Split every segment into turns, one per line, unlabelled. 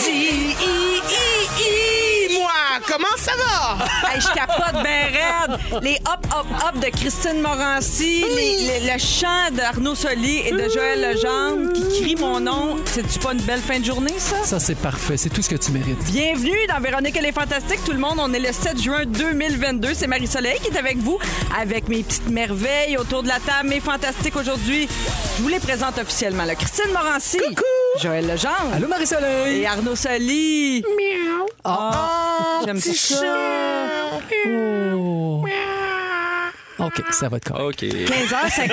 Dis-i-i-i, moi, comment ça va?
Hey, je capote ben raide. Les hop, hop, hop de Christine Morancy, les- les- le chant d'Arnaud Soli et de Joël Legendre qui crie mon nom. C'est-tu pas une belle fin de journée, ça?
Ça, c'est parfait. C'est tout ce que tu mérites.
Bienvenue dans Véronique et les Fantastiques, tout le monde. On est le 7 juin 2022. C'est Marie-Soleil qui est avec vous, avec mes petites merveilles autour de la table, mes fantastiques aujourd'hui. Je vous les présente officiellement. là. Christine Morancy. Joël Legendre.
Allô, Marie-Soleil?
Et Arnaud Soli. Ah, J'aime
petit
ça.
OK, ça va être
OK.
correct.
15h55.
Et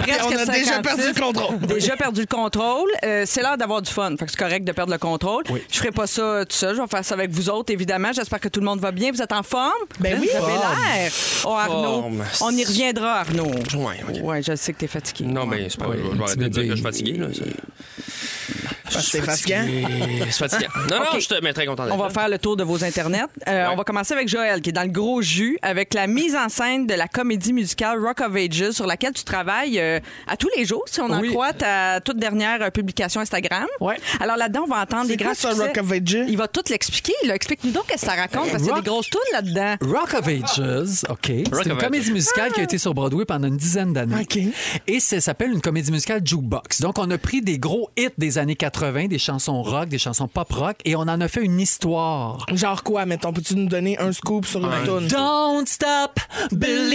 presque
on a déjà
56.
perdu le contrôle.
Déjà perdu le contrôle. Euh, c'est l'heure d'avoir du fun. Fait que c'est correct de perdre le contrôle. Je ferai pas ça tout seul. Je vais faire ça avec vous autres, évidemment. J'espère que tout le monde va bien. Vous êtes en forme? Hein?
Ben oui.
Vous avez
Forme.
l'air. Oh, Arnaud.
Forme.
On y reviendra, Arnaud.
Ouais, OK.
Ouais, je sais que t'es fatigué.
Non, mais c'est pas vrai. Je vais arrêter de dire que je suis fatigué. Là. C'est-
que c'est fatigant.
C'est fatigant. Non, non, je suis très content d'être
On va
là.
faire le tour de vos internets. Euh,
Ouais.
On va commencer avec Joël, qui est dans le gros jus, avec la mise en scène de la comédie musicale Rock of Ages, sur laquelle tu travailles euh, à tous les jours, si on en
Oui.
croit ta toute dernière euh, publication Instagram.
Ouais.
Alors là-dedans, on va entendre
C'est
des grands
quoi ça,
succès.
Rock of Ages?
Il va tout l'expliquer. là. Explique-nous donc qu'est-ce que ça raconte, parce qu'il y a
Rock-
des grosses tunes là-dedans.
Rock of Ages,
Rock
OK. C'est une
of
comédie
Ages.
musicale qui a été sur Broadway pendant une dizaine d'années.
OK.
Et ça s'appelle une comédie musicale jukebox. Donc, on a pris des gros hits des années 80, des chansons rock, des chansons pop rock, et on en a fait une histoire.
Genre quoi, mettons, peux-tu nous donner un scoop sur une toune?
Don't stop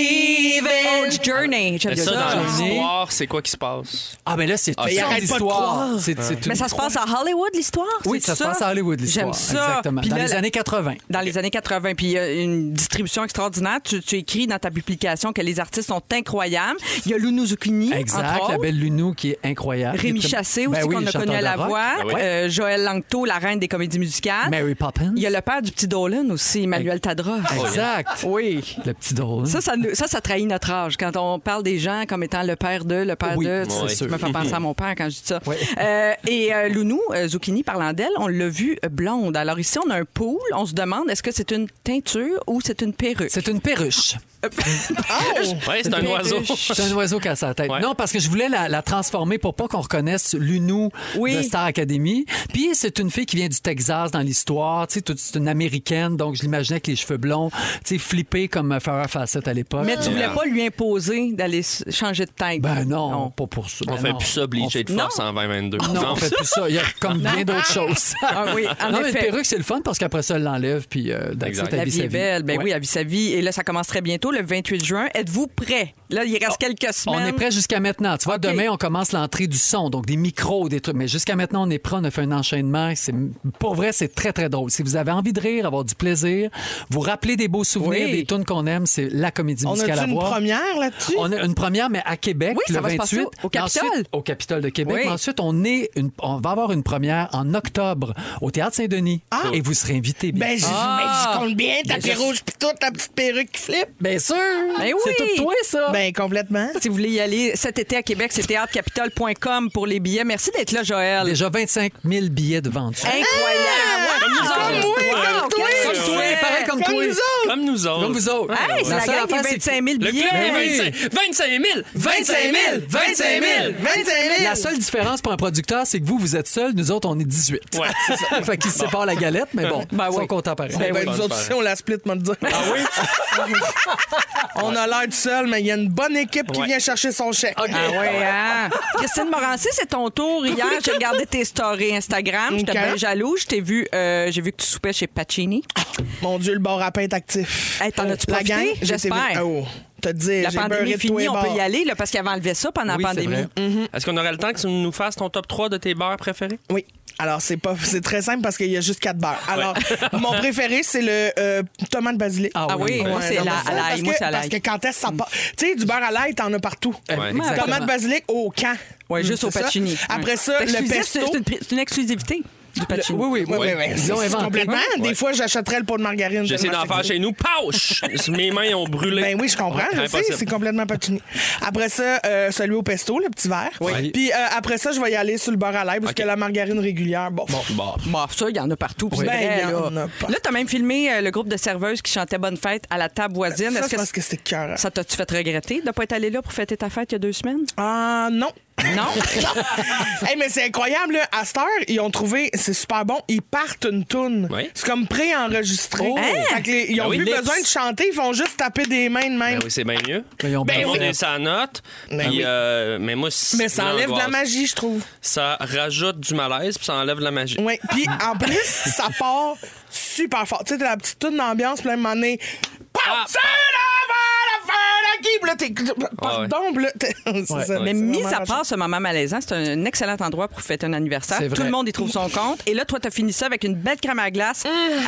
believing.
Orange Journey, j'aime
Mais ça,
ça.
dans
genre.
journée.
l'histoire, c'est quoi qui se passe?
Ah, mais là, c'est
Ah,
une
mais il
sorte
arrête pas de
d'histoire.
croire.
C'est- c'est
Mais
une-
ça se passe à Hollywood, l'histoire?
Oui,
C'est
ça se passe à Hollywood, l'histoire.
J'aime ça.
Exactement.
Puis
Dans
là,
les
la-
années 80.
dans les années 80. Puis il y a une distribution extraordinaire. Tu, tu écris dans ta publication que les artistes sont incroyables. Il y a Lunou Zucchini,
Exact,
entre
la
autres.
belle Lunou qui est incroyable.
Rémi
Qui est-
Chassé aussi,
Ben oui,
qu'on
le
a
chanteur
connu à
de
la
rock. Ben
voix.
Ben oui.
Euh, Joël Langto, la reine des comédies musicales.
Mary Poppins.
Ah. Il y a le père du petit Dolan aussi, Emmanuel Tadra.
Ben Exact.
Oui.
Le petit drôle.
Ça ça, nous- ça, ça trahit notre âge. Quand on parle des gens comme étant le père de, le père
Oui,
de,
c'est
ça
sûr.
me fait penser à mon père quand je dis ça.
Oui.
Euh, et euh, Lounou, euh, Zucchini, parlant d'elle, on l'a vu euh, blonde. Alors ici, on a un pool. On se demande, est-ce que c'est une teinture ou c'est une perruque?
C'est une perruche.
Ouais, c'est un
Perruche.
oiseau.
C'est un oiseau qui a sa tête.
Ouais.
Non, parce que je voulais la, la transformer pour pas qu'on reconnaisse l'Unou
Oui.
de Star Academy. Puis c'est une fille qui vient du Texas dans l'histoire. Tu sais, tout- c'est une américaine, donc je l'imaginais avec les cheveux blonds, tu sais, flippée comme Farrah Fawcett à l'époque.
Mais tu voulais
Non.
pas lui imposer d'aller s- changer de tête.
Ben non, pas pour ça.
On
Ben
fait
non.
plus ça, bleacher de
Non.
force en 2022.
Non, on fait plus ça. Il y a comme bien d'autres choses.
Ah oui, en
non, mais
effet.
une perruque, c'est le fun parce qu'après ça, elle l'enlève, puis euh, that's
Exact.
it, elle
La
vit
vie
sa
est belle. Ben
Ouais.
oui, elle vit sa vie. Et là, ça commence très bientôt, le 28 juin. Êtes-vous prêts? Là, il reste quelques
Oh, On
semaines.
est prêt jusqu'à maintenant. Tu vois, demain, on commence l'entrée du son, donc des micros, des trucs. Mais jusqu'à maintenant, on est prêt, on a fait un enchaînement. C'est, pour vrai, c'est très, très drôle. Si vous avez envie de rire, avoir du plaisir, vous rappeler des beaux souvenirs,
Oui.
des tunes qu'on aime, c'est la comédie
On
musicale
a-tu
à
une
voir.
première là-dessus?
On a une première, mais à Québec,
Oui,
le
ça va se
28.
passer au- au
Mais ensuite,
Capitole.
au Capitole de Québec.
Oui.
Mais Ensuite, on, est une- on va avoir une première en octobre au Théâtre Saint-Denis.
Ah!
Et vous serez invité, bien
Ben, je, ben, je compte bien, tapis rouge pis tout, ta petite perruque qui flippe.
Bien sûr!
Ben
C'est
oui.
tout toi, ça!
Ben, complètement.
Si vous voulez y aller cet été à Québec, c'est théâtrecapitole.com pour les billets. Merci d'être là, Joël.
Déjà 25 000 billets de vente.
Incroyable.
Ah!
Comme nous autres.
Ah,
Comme
Wow, quel
toi.
succès.
Hey, pareil comme,
Comme
toi.
nous autres!
Comme nous autres.
Comme vous autres.
Hey, c'est la
seule
gang des
affaire, c'est que
25 000
Le
billets.
club
oui.
des 25 25 000! 25 000! 25 000!
25 000!
La seule différence pour un producteur, c'est que vous, vous êtes seul, nous autres, on est 18.
Ouais, c'est ça.
fait qu'ils se séparent la galette, mais bon,
Ben
ils sont
oui.
contents pareil.
Ben,
oui.
nous autres aussi, on la split, m'a dit. Ah oui? on a l'air tout seul, mais il y a une bonne équipe qui
Ouais.
vient chercher son chèque.
Ben,
Ah ouais, hein? Christine Morancy, c'est ton tour. Hier, j'ai regardé tes stories Instagram. J'étais
Ok.
bien jaloux. Je t'ai vu, euh, j'ai vu que tu soupais chez Pacini.
Mon Dieu, le bar à pain est actif.
Hey, t'en as-tu
La
profité?
gang, j'ai été-
J'espère.
Oh, te dire,
La
j'ai
pandémie
beurré
est
de toi
finie,
et
on peut
bord.
y aller là, parce qu'avant enlevé ça pendant
Oui,
la
c'est
pandémie.
vrai.
Est-ce qu'on aurait le temps que tu nous fasses ton top 3 de tes bars préférés?
Oui. Alors, c'est pas c'est très simple parce qu'il y a juste quatre beurres. Alors, mon préféré, c'est le euh, tomate basilic.
Ah
Ah oui,
Ouais,
moi c'est
non,
la
mais ça,
à l'ail,
parce
moi
que-
c'est à
Parce
l'ail.
que quand est-ce ça
Mm.
part? Tu sais, du beurre à l'ail, t'en as partout.
Ouais.
Exactement.
Tomate basilic au camp.
Ouais, juste
Hum, C'est
au
ça.
Pacini.
Après
Ouais.
ça, le
Exclusif, c'est-
pesto. Ah,
C'est une, c'est une exclusivité. du
Le-
pacino.
oui, oui, oui.
Ouais, ouais,
Ils
c'est-
l'ont
c'est
inventé.
Complètement. Des
Ouais.
fois, j'achèterais le pot de margarine.
J'essaie
tellement
d'en faire
c'est-
chez nous. Pauch! Mes mains ont brûlé.
Ben oui, je comprends, je
Ouais,
sais,
impossible.
c'est complètement patini. Après ça, euh, celui au pesto, le petit verre.
Oui.
Puis euh, après ça, je vais y aller sur le beurre à l'ail parce
Ok.
que la margarine régulière, bon.
Bon.
Bah, ça, il y en a partout. puis c'est
Ben,
vrai,
il y
là.
en a partout.
Là, t'as même filmé euh, le groupe de serveuses qui chantait Bonne fête à la table
Ça,
voisine. Est-ce
c'est
que
parce que c'est cœur. hein.
ça t'a-tu fait regretter de ne pas être allé là pour fêter ta fête il y a deux semaines?
Ah, non.
Non.
hey, mais c'est incroyable, là. À cette heure, ils ont trouvé, c'est super bon, ils partent une toune.
Oui.
C'est comme pré-enregistré.
Oh.
Fait que les- ils
Ben
ont
oui,
plus
lips.
besoin de chanter, ils font juste taper des mains de même.
Ben oui, c'est bien mieux.
Ben, ils ont
Tout
pas-
le monde
oui.
est sans note.
Ben
Puis,
oui.
euh, mais moi, c'est
Mais ça enlève de la
l'angoisse.
magie, je trouve.
Ça rajoute du malaise, puis ça enlève de la magie.
Oui, puis en plus, ça part super fort. Tu sais, t'as la petite toune d'ambiance, puis là, à un moment donné, paf,
Ah,
c'est
paf.
ah.
la fin, la fin, la qui, Puis là, t'es. Pardon, puis là, t'es- c'est
Ouais.
ça,
Mais
c'est
mis
vraiment
à part ce moment malaisant, c'est un excellent endroit pour fêter un anniversaire.
C'est vrai.
Tout le monde y trouve son compte. Et là, toi, t'as fini ça avec une belle crème à glace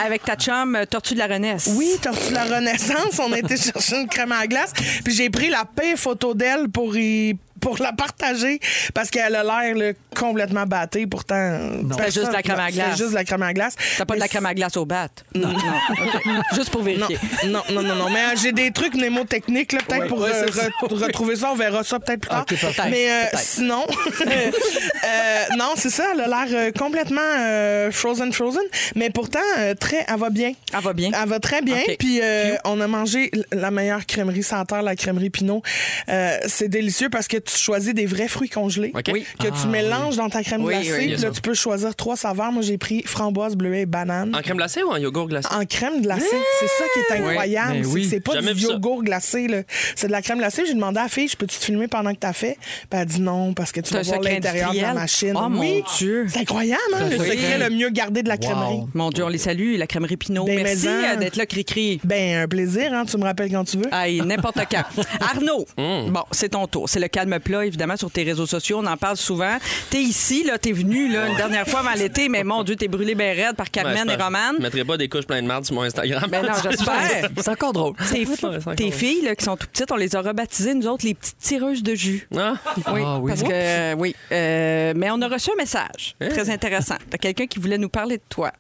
avec ta chum euh, Tortue de la Renesse.
Ah. Oui, Tortue de la Renaissance, on a été chercher une crème à glace, puis j'ai pris la paix photo d'elle pour y pour la partager parce qu'elle a l'air là, complètement battée pourtant.
C'était juste de la crème à glace.
C'était juste de la crème à glace.
T'as pas de la
Mais
crème à glace au bat? Non. OK. Juste pour
non,
vérifier.
non, non, non, non. Mais euh, j'ai des trucs mnémotechniques, là, peut-être pour
ouais,
euh,
c'est ça. Ah,
re- retrouver ça. On verra ça peut-être plus tard.
Ok, peut-être,
Mais euh,
peut-être.
sinon, euh, non, c'est ça. Elle a l'air euh, complètement euh, frozen, frozen. Mais pourtant, euh, très, elle va bien.
Elle va bien?
Elle va très bien.
Ok.
Puis euh, on a mangé l- la meilleure crèmerie sans terre, la crèmerie Pinot. Euh, c'est délicieux parce que tu choisis des vrais fruits congelés
Ok. Oui.
que tu mélanges dans ta crème
Ah, Oui,
glacée.
oui,
Puis
bien
là,
sûr.
tu peux choisir trois saveurs. Moi, j'ai pris framboise, bleuet et banane
En crème glacée ou en yogourt glacé?
en crème glacée. C'est ça qui est incroyable.
Mais
C'est
oui.
que C'est pas
Jamais
du
vu ça.
yogourt glacé. là. C'est de la crème glacée. J'ai demandé à la fille, je peux-tu te filmer pendant que t'as fait? Puis elle dit non, parce que tu
C'est
vas
un
voir
secret
l'intérieur de la
industriel.
machine.
Oh, mon
oui.
Dieu.
C'est incroyable, hein, le
Oui.
secret le mieux gardé de la crèmerie.
Mon Dieu, on les salue, la crèmerie Pinot.
Ben,
Merci
mais en-
euh, d'être là, Cricri.
Ben, un plaisir, hein, tu me rappelles quand tu veux.
Aïe, n'importe quand. Arnaud,
Mm.
bon, c'est ton tour. C'est le calme plat, évidemment, sur tes réseaux sociaux. On en parle souvent. T'es ici, là, t'es venu, là, une dernière fois avant l'été, mais mon Dieu, t'es brûlé bien raide par
Ben,
Carmen
c'est
et
pas-
Romane.
Je mettrai pas des couches pleines de marde sur mon Instagram.
Ben non, j'espère.
C'est encore drôle.
Ouais,
Tes,
c'est
tes
incroyable.
filles, là, qui sont tout petites, on les a rebaptisées, nous autres, les petites tireuses de jus.
Ah.
Oui,
Ah oui.
parce que, euh, oui. euh, mais on a reçu un message
Hein?
très intéressant de quelqu'un qui voulait nous parler de toi.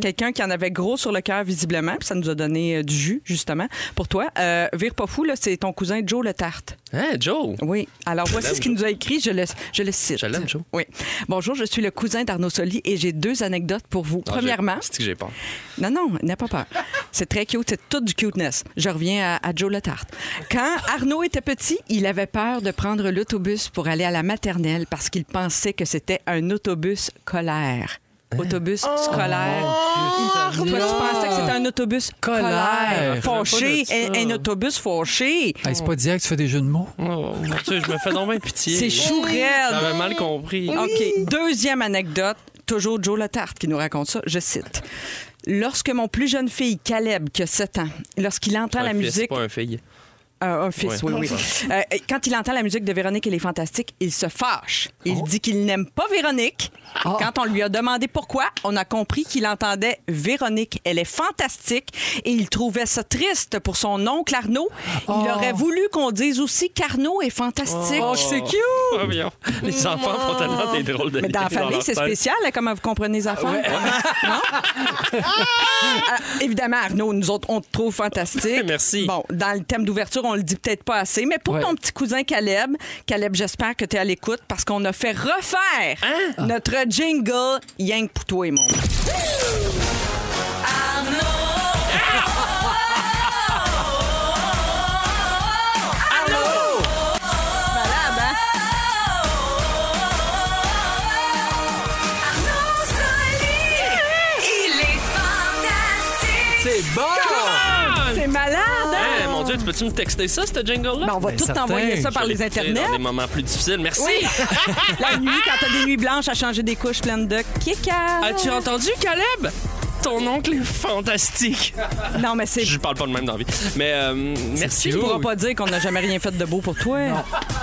Quelqu'un qui en avait gros sur le cœur, visiblement, puis ça nous a donné euh, du jus, justement, pour toi. Euh, vire pas fou, là, c'est ton cousin Joe Le Tarte.
Hein, Joe?
Oui. Alors, voici ce qu'il nous a écrit. Je le, je le cite.
Je l'aime, Joe.
Oui. Bonjour, je suis le cousin d'Arnaud Soli et j'ai deux anecdotes pour vous.
Ah, j'ai-
Premièrement,
C'est que j'ai peur.
non, non, n'a pas peur. C'est très cute, c'est tout du cuteness. Je reviens à, à Joe le Tarte. Quand Arnaud était petit, il avait peur de prendre l'autobus pour aller à la maternelle parce qu'il pensait que c'était un autobus scolaire.
Hein?
Autobus
Oh,
scolaire. Toi, tu pensais que c'était un autobus scolaire.
Colère.
Je
Fauché,
veux pas de ça.
un, un autobus fauché.
Hey, c'est pas direct, tu fais des jeux de mots.
Oh, mon Dieu, je me fais donc bien pitié.
C'est chou raide.
J'avais mal compris.
OK. Deuxième anecdote, toujours Joe Latarte qui nous raconte ça. Je cite. Lorsque mon plus jeune fille, Caleb, qui a 7 ans, lorsqu'il entend
Un
la
fils,
musique.
pas un fille.
Euh, un fils,
Ouais.
oui, oui. Euh, quand il entend la musique de Véronique et les Fantastiques, il se fâche. Il
Oh.
dit qu'il n'aime pas Véronique.
Ah.
Quand on lui a demandé pourquoi, on a compris qu'il entendait Véronique. Elle est fantastique et il trouvait ça triste pour son oncle Arnaud. Il aurait voulu qu'on dise aussi qu'Arnaud est fantastique.
Oh, c'est cute!
Ah. Ah, voyons. Les enfants font tellement des drôles de
Mais dans la
liens
famille,
leur
c'est
tête. Ah hein?
spécial, là, comment vous comprenez les enfants. Non? Euh, évidemment, Arnaud, nous autres, on te trouve fantastique.
Merci.
Bon, dans le thème d'ouverture, on le dit peut-être pas assez, mais pour
Ouais.
ton petit cousin Caleb, Caleb, j'espère que tu es à l'écoute parce qu'on a fait refaire
Hein? Ah.
notre jingle Yank pour toi et mon.
Il est fantastique.
C'est bon!
C'est malade, hein?
Hein, mon Dieu, tu peux-tu me texter ça, ce jingle-là?
Ben, on va
Ben,
tout
certain,
t'envoyer ça par
Je
les
l'écouterai
internets.
Dans des moments plus difficiles. Merci.
Oui.
Ah,
La nuit, quand t'as des nuits blanches à changer des couches pleines de kika.
As-tu entendu, Caleb? Ton oncle est fantastique.
Non, mais c'est.
Je parle pas de même dans la vie. Mais euh, merci.
Tu pourras pas dire qu'on n'a jamais rien fait de beau pour toi.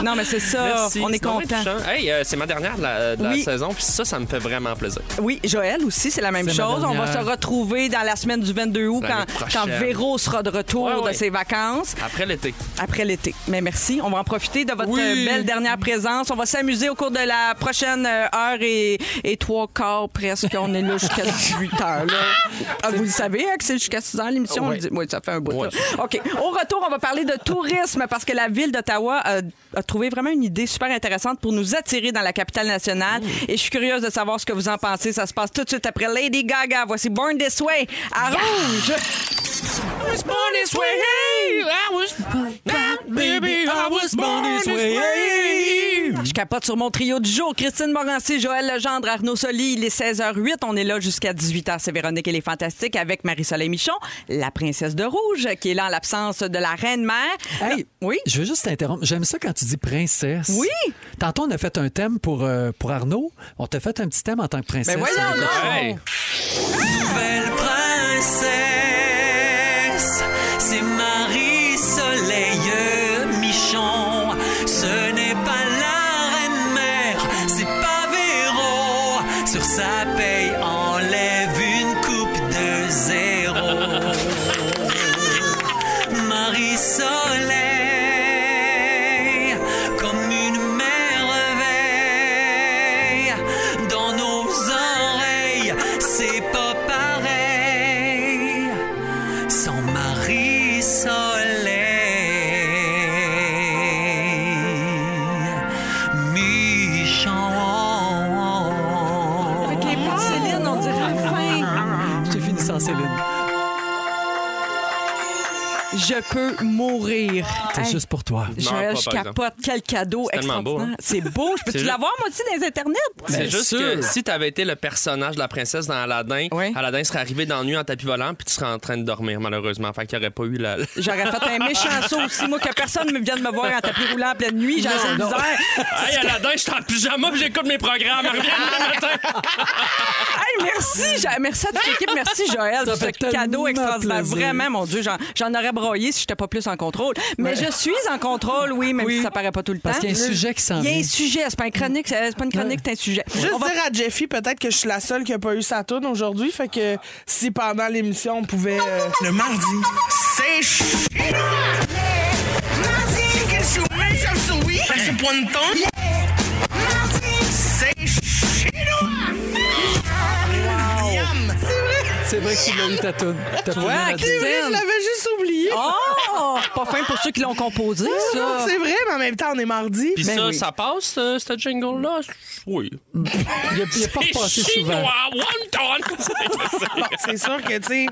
Non, mais c'est ça.
Merci,
On est
c'est donc bien
content.
touchant. Hey, euh, c'est ma dernière de la, de la
Oui.
saison, puis ça, ça me fait vraiment plaisir.
Oui, Joël aussi, c'est la même
C'est ma
chose. On va se
dernière.
retrouver dans la semaine du 22 août quand,
L'année prochaine.
quand Véro sera de retour
Ouais, ouais.
de ses vacances
Après l'été.
après l'été. Mais merci. On va en profiter de votre
Oui.
euh, belle dernière présence. On va s'amuser au cours de la prochaine euh, heure et, et trois quarts presque. On est là jusqu'à 18 heures. là. Ah, vous le savez, hein, que c'est jusqu'à 6 heures l'émission.
Ouais.
On le dit- Oui, ça fait un bout.
Ouais.
là. OK. Au retour, on va parler de tourisme parce que la ville d'Ottawa a, a trouvé vraiment une idée super intéressante pour nous attirer dans la capitale nationale.
Mmh.
Et je suis curieuse de savoir ce que vous en pensez. Ça se passe tout de suite après Lady Gaga. Voici Born This Way à Rouge. Je capote sur mon trio du jour. Christine Morancy, Joël Legendre, Arnaud Soli. Il est 16h08. On est là jusqu'à 18h. C'est Véronique et les Fantastiques avec Marie-Soleil Michon, la princesse de rouge, qui est là en l'absence de la reine-mère.
Hey,
oui?
Je veux juste t'interrompre. J'aime ça quand tu dis princesse.
Oui.
Tantôt, on a fait un thème pour, euh, pour Arnaud. On t'a fait un petit thème en tant que princesse.
Ben voyons
avec-
Hey.
donc!
Belle princesse, c'est Marie-Soleil Michon. Ce n'est pas la reine-mère, c'est pas Véro. Sur sa paye, enlève une coupe de zéro. Marie-Soleil, comme une merveille. Dans nos oreilles, c'est pas pareil. Sans Marie-Soleil, Michon.
Avec les mots
Ah.
de Céline, on dirait enfin.
J'ai fini sans Céline.
Je peux mourir.
C'est
Hey,
juste pour toi.
Joël,
pas,
je
par exemple.
capote. Quel cadeau
C'est tellement beau,
extraordinaire.
hein?
C'est beau. Je peux-tu
C'est
l'avoir, moi aussi, dans les internets?
C'est juste
sûr.
que si t'avais été le personnage de la princesse dans Aladdin,
Oui.
Aladdin serait arrivé dans la nuit en tapis volant puis tu serais en train de dormir malheureusement. Fait qu'il n'y aurait pas eu la...
J'aurais fait un méchant saut aussi, moi, que personne ne vienne me voir en tapis roulant en pleine nuit. J'ai assez de misère.
hey Aladdin, je suis en pyjama puis j'écoute mes programmes. Reviens
Ah!
demain matin.
Hey, merci, Jo- merci à toute l'équipe, merci Joël pour
fait
ce cadeau
tellement
extraordinaire.
plaisir.
Vraiment, mon Dieu, j'en, j'en aurais broyé si j'étais pas plus en contrôle. Mais je suis en contrôle, oui, même si ça paraît pas tout le
Parce
temps.
qu'il y a un sujet qui s'en
Il y a
vient.
un sujet, c'est pas une chronique, c'est c'est pas une chronique, c'est un sujet.
Juste
On va-
dire à Jeffy peut-être que je suis la seule qui a pas eu sa tourne aujourd'hui, fait que si pendant l'émission on pouvait euh,
Le mardi, c'est ch... C'est
C'est vrai que tu l'as eu, ta toune. T'as pas eu
Ouais,
la
qui-
dire.
C'est vrai, je l'avais juste oublié.
Oh! Pas fin pour ceux qui l'ont composé, ça.
C'est vrai, mais en même temps on est mardi.
Puis
Ben
ça,
oui.
ça passe, euh, ce jingle-là? Oui.
Il a- il a pas repassé souvent.
one ton.
Bon, c'est sûr que tu sais,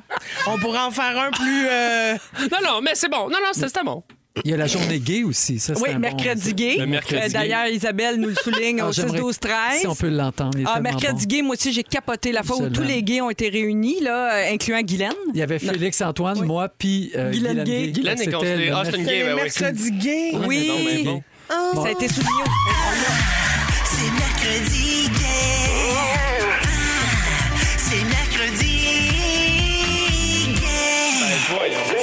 on pourrait en faire un plus euh,
non, non, mais c'est bon. Non, non, c'était c'était bon.
Il y a la journée gay aussi. Ça, c'est
Oui,
un bon-
mercredi gay.
Le mercredi
Euh, D'ailleurs, Isabelle nous le souligne
Ah,
au 6,
j'aimerais
12, 13.
Si on peut l'entendre. il est
Ah,
tellement
mercredi
bon.
gay, moi aussi, j'ai capoté la fois
Je
où tous
l'aime.
les gays ont été réunis, là, euh, incluant Guylaine.
Il y avait Félix, Antoine, moi, puis euh,
Guylaine Gay.
Guylaine Gay.
Guylaine est
C'était
considérée-
le
Ah, c'est une gay,
le
ben oui.
mercredi gay.
Oui.
mais non, mais bon.
Ça a été souligné au
C'est mercredi gay. Ah, C'est mercredi gay.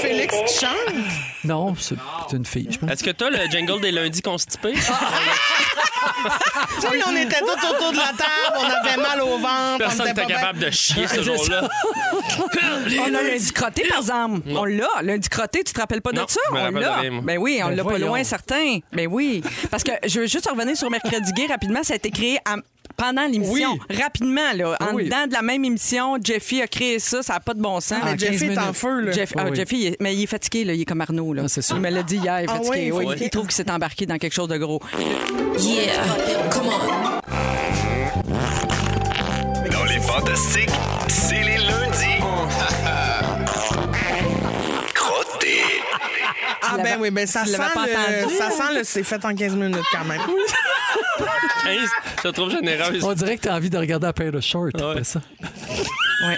Félix qui chante.
Non, c'est c'est une fille, je pense.
Est-ce que t'as le jingle des lundis constipés?
Ah,
Tu sais, on était tous autour de la table, on avait mal au ventre. on
Personne
était
n'était
pas bien.
capable de chier ce jour-là.
On a lundi crotté, par exemple. On l'a. Lundi crotté, tu te rappelles pas de
Non,
ça?
je me
On
rappelle de
l'a.
rien, moi.
Ben oui, on
Ben
l'a pas
voyons.
loin, certain. Ben oui. Parce que je veux juste revenir sur Mercredi Gay rapidement. Ça a été créé à- pendant l'émission. Rapidement, là.
Ah
En
Oui.
dedans de la même émission, Jeffy a créé ça. Ça n'a pas de bon sens.
Mais
En
Jeffy
15
est en
Ah, minutes.
feu, là.
Jeff-
Ah
ah,
oui.
Jeffy, il est- mais il est fatigué, là. il est comme Arnaud. Là.
Ah, c'est sûr.
Il me l'a dit hier, il est
Ah
fatigué.
oui,
oui.
fatigué.
Il trouve qu'il s'est embarqué dans quelque chose de gros.
Yeah, come on.
Dans les fantastiques, c'est les lundis. Crotté.
Ah ben oui, ben ça
Tu
sent
l'avais pas
le,
entendu?
ça sent le c'est fait en 15 minutes quand même.
Hey, Je te trouve généreuse.
On dirait que t'as envie de regarder la paire de short après ça.
Ouais.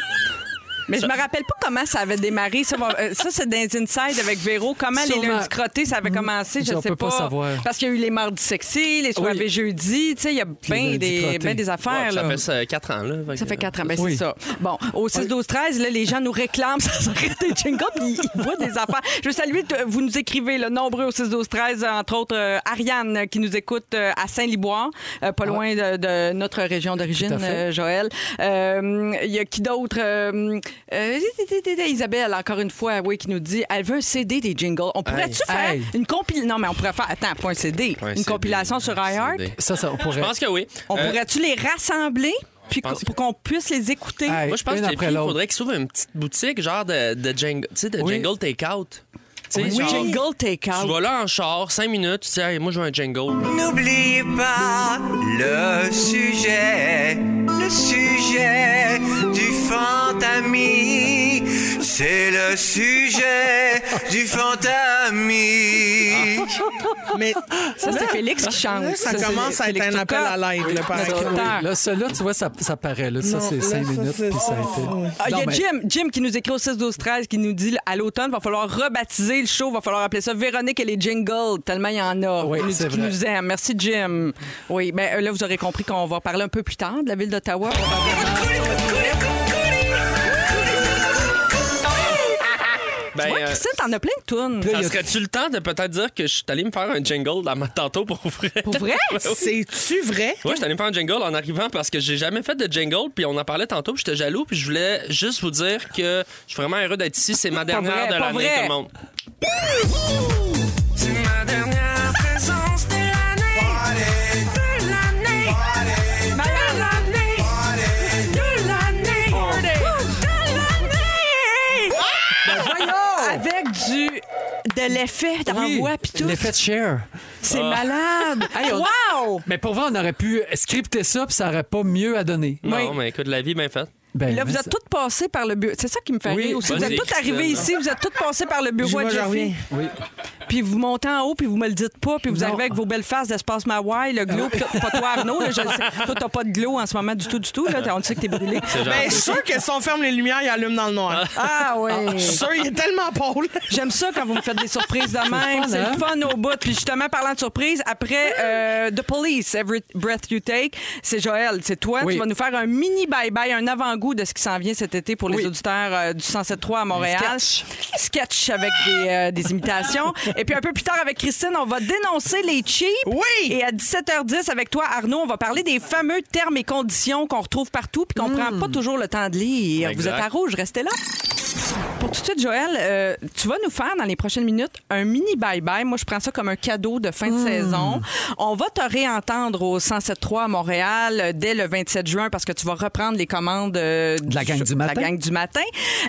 Mais je me rappelle pas comment ça avait démarré. Ça, va- euh, ça, c'est dans Inside avec Véro. Comment les
Sûrement. Mm.
lundis crottés, ça avait commencé, je
On
sais
peut pas savoir.
Parce qu'il y a eu les mardis sexy, les soirées
Oui.
jeudi. Tu sais, il y a bien
lundis
des,
crottés.
ben des affaires.
ça
là.
fait euh, quatre ans, là.
Ça fait quatre ans, ben, c'est
Oui.
ça. Bon, au 6-12-13, là, les gens nous réclament, ça s'arrête des jingles, puis ils voient des affaires. Je veux saluer, t- vous nous écrivez, le nombreux au 6-12-13, entre autres euh, Ariane, euh, qui nous écoute euh, à Saint-Liboire, euh, pas loin de, de notre région d'origine,
Ah. Tout à fait.
euh, Joël. Euh, Il y a qui d'autre? Euh, euh, Isabelle, encore une fois, oui, qui nous dit, elle veut un CD des jingles. On pourrait-tu faire
Hey.
une compilation? Non, mais on pourrait faire, attends, pas un CD,
euh, Ouais,
une
c'est
compilation
des-
sur
c'est
iHeart.
des-
Ça, ça, on pourrait.
Je pense que oui.
On
Euh,
pourrait-tu les rassembler puis
pense
pour qu'on puisse les écouter?
Hey,
Moi, je pense
une
que les
après
filles, il
l'autre.
faudrait qu'ils s'ouvrent une petite boutique, genre de, de jingle, tu sais, de
Oui.
jingle take-out. Tu sais,
Oui,
genre,
Jingle
Tu
Takeout.
vas là en char, cinq minutes, tu dis, Hey, moi, je veux un jingle.
N'oubliez pas le sujet, le sujet du fantami. C'est le sujet du fantami.
Mais
Ça, c'est Félix qui chante.
là, ça commence à être un appel à l'aide, là, par
Ah,
exemple.
oui. Là, celui-là, tu vois, ça, ça paraît. Là. Ça,
Non,
c'est
là,
cinq
ça,
minutes,
c'est-
puis ça a été.
Ah, Il y
Non,
a
mais-
Jim, Jim qui nous écrit au 6 12 13 qui nous dit à l'automne va falloir rebaptiser le show, va falloir appeler ça Véronique et les jingles tellement il y en a.
Oui,
Il nous dit
c'est
qu'il
vrai.
nous aime. Merci Jim. Oui, ben euh, là vous aurez compris qu'on va parler un peu plus tard de la ville d'Ottawa.
Euh,
Ben,
Tu vois,
euh,
Christine, t'en as plein de tunes.
Là,
ça
il y a-
serait-tu le temps de peut-être dire que je suis allé me faire un jingle à ma tantôt pour vrai?
Pour vrai?
c'est-tu vrai?
Ouais, j'étais allé me faire un jingle en arrivant parce que j'ai jamais fait de jingle, puis on en parlait tantôt, puis j'étais jaloux, puis je voulais juste vous dire que je suis vraiment heureux d'être ici. C'est ma dernière
vrai,
de
pas
l'année,
vrai.
tout le monde.
C'est ma dernière présence de l'année. De l'année. De l'année. De l'année.
Avec du de l'effet
Oui,
d'envoi puis tout.
L'effet de share.
C'est malade. wow!
Mais pour vrai, on aurait pu scripter ça, puis ça aurait pas mieux à donner.
Non, mais écoute, la vie est bien faite.
Ben,
Là, vous
mais
êtes
ça-
toutes passées par le bureau. C'est ça qui me fait
Oui,
rire aussi.
vas-y,
Vous êtes toutes
Christine.
arrivées ici, vous êtes toutes passées par le bureau
Dis-moi,
à
j'en
Jeffy.
reviens.
Oui.
Puis vous montez en haut, puis vous me le dites pas, puis vous
Non.
arrivez avec vos belles faces d'Espace Mawai, le glow, puis pas toi, Arnaud. Là, je le sais. Toi, t'as pas de glow en ce moment du tout, du tout. Là. On le sait que t'es brûlé.
C'est genre-
Ben, je suis sûr que si on ferme les lumières, il allume dans le noir.
Ah oui.
Je suis sûr, il est tellement pâle.
J'aime ça quand vous me faites des surprises de même. C'est le fun au bout. Puis justement, parlant de surprises, après euh, The Police, Every Breath You Take, c'est Joël, c'est toi.
Oui.
Tu vas nous faire un mini bye-bye, un avant-goût de ce qui s'en vient cet été pour les
Oui.
auditeurs euh, du 107.3 à Montréal. Sketch. avec des, euh, des imitations. Et puis un peu plus tard avec Christine, on va dénoncer les cheats.
Oui!
Et à 17h10, avec toi, Arnaud, on va parler des fameux termes et conditions qu'on retrouve partout puis qu'on prend pas toujours le temps de lire.
Exact.
Vous êtes à rouge, restez là. Pour tout de suite, Joël, euh, tu vas nous faire dans les prochaines minutes un mini bye-bye. Moi, je prends ça comme un cadeau de fin de
Hmm.
saison. On va te réentendre au 107.3 à Montréal euh, dès le 27 juin parce que tu vas reprendre les commandes euh,
De la gang du matin.
gang du matin.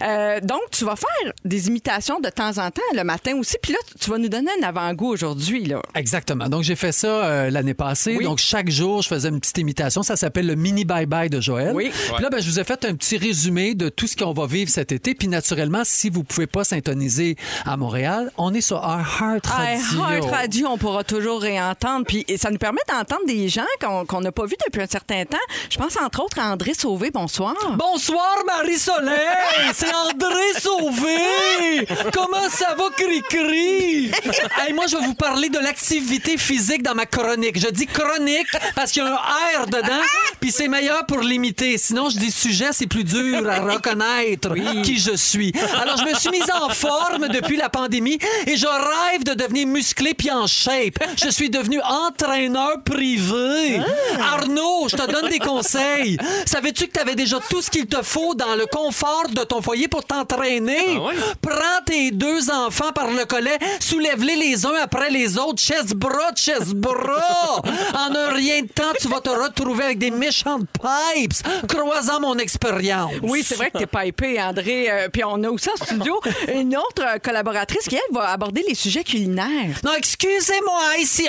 Euh, donc, tu vas faire des imitations de temps en temps le matin aussi. Puis là, tu vas nous donner un avant-goût aujourd'hui. là.
Exactement. Donc, j'ai fait ça euh, l'année passée.
Oui.
Donc, chaque jour, je faisais une petite imitation. Ça s'appelle le mini bye-bye de Joël.
Oui.
Puis là, ben, je vous ai fait un petit résumé de tout ce qu'on va vivre cet été. Puis, naturellement, si vous pouvez pas syntoniser à Montréal, on est sur iHeart Radio.
iHeart Ah, Radio, on pourra toujours réentendre. Puis et ça nous permet d'entendre des gens qu'on qu'on n'a pas vus depuis un certain temps. Je pense entre autres à André Sauvé. Bonsoir.
Bonsoir Marie-Soleil, c'est André Sauvé. Comment ça va Cricri Hey, moi je vais vous parler de l'activité physique dans ma chronique. Je dis chronique parce qu'il y a un R dedans, puis c'est meilleur pour l'imiter. Sinon je dis sujet, c'est plus dur à reconnaître qui je suis. Alors je me suis mise en forme depuis la pandémie et je rêve de devenir musclé puis en shape. Je suis devenu entraîneur privé.
Ah.
Arnaud, je te donne des conseils. Savais-tu que tu avais déjà tout ce qu'il te faut dans le confort de ton foyer pour t'entraîner?
Ah ouais?
Prends tes deux enfants par le collet, soulève-les les uns après les autres, chest bras, chest bras. en un rien de temps, tu vas te retrouver avec des méchantes pipes. Croisant mon expérience.
Oui, c'est vrai que t'es pipé, André. Euh, puis on a aussi en studio une autre euh, collaboratrice qui, elle, va aborder les sujets culinaires.
Non, excusez-moi, ici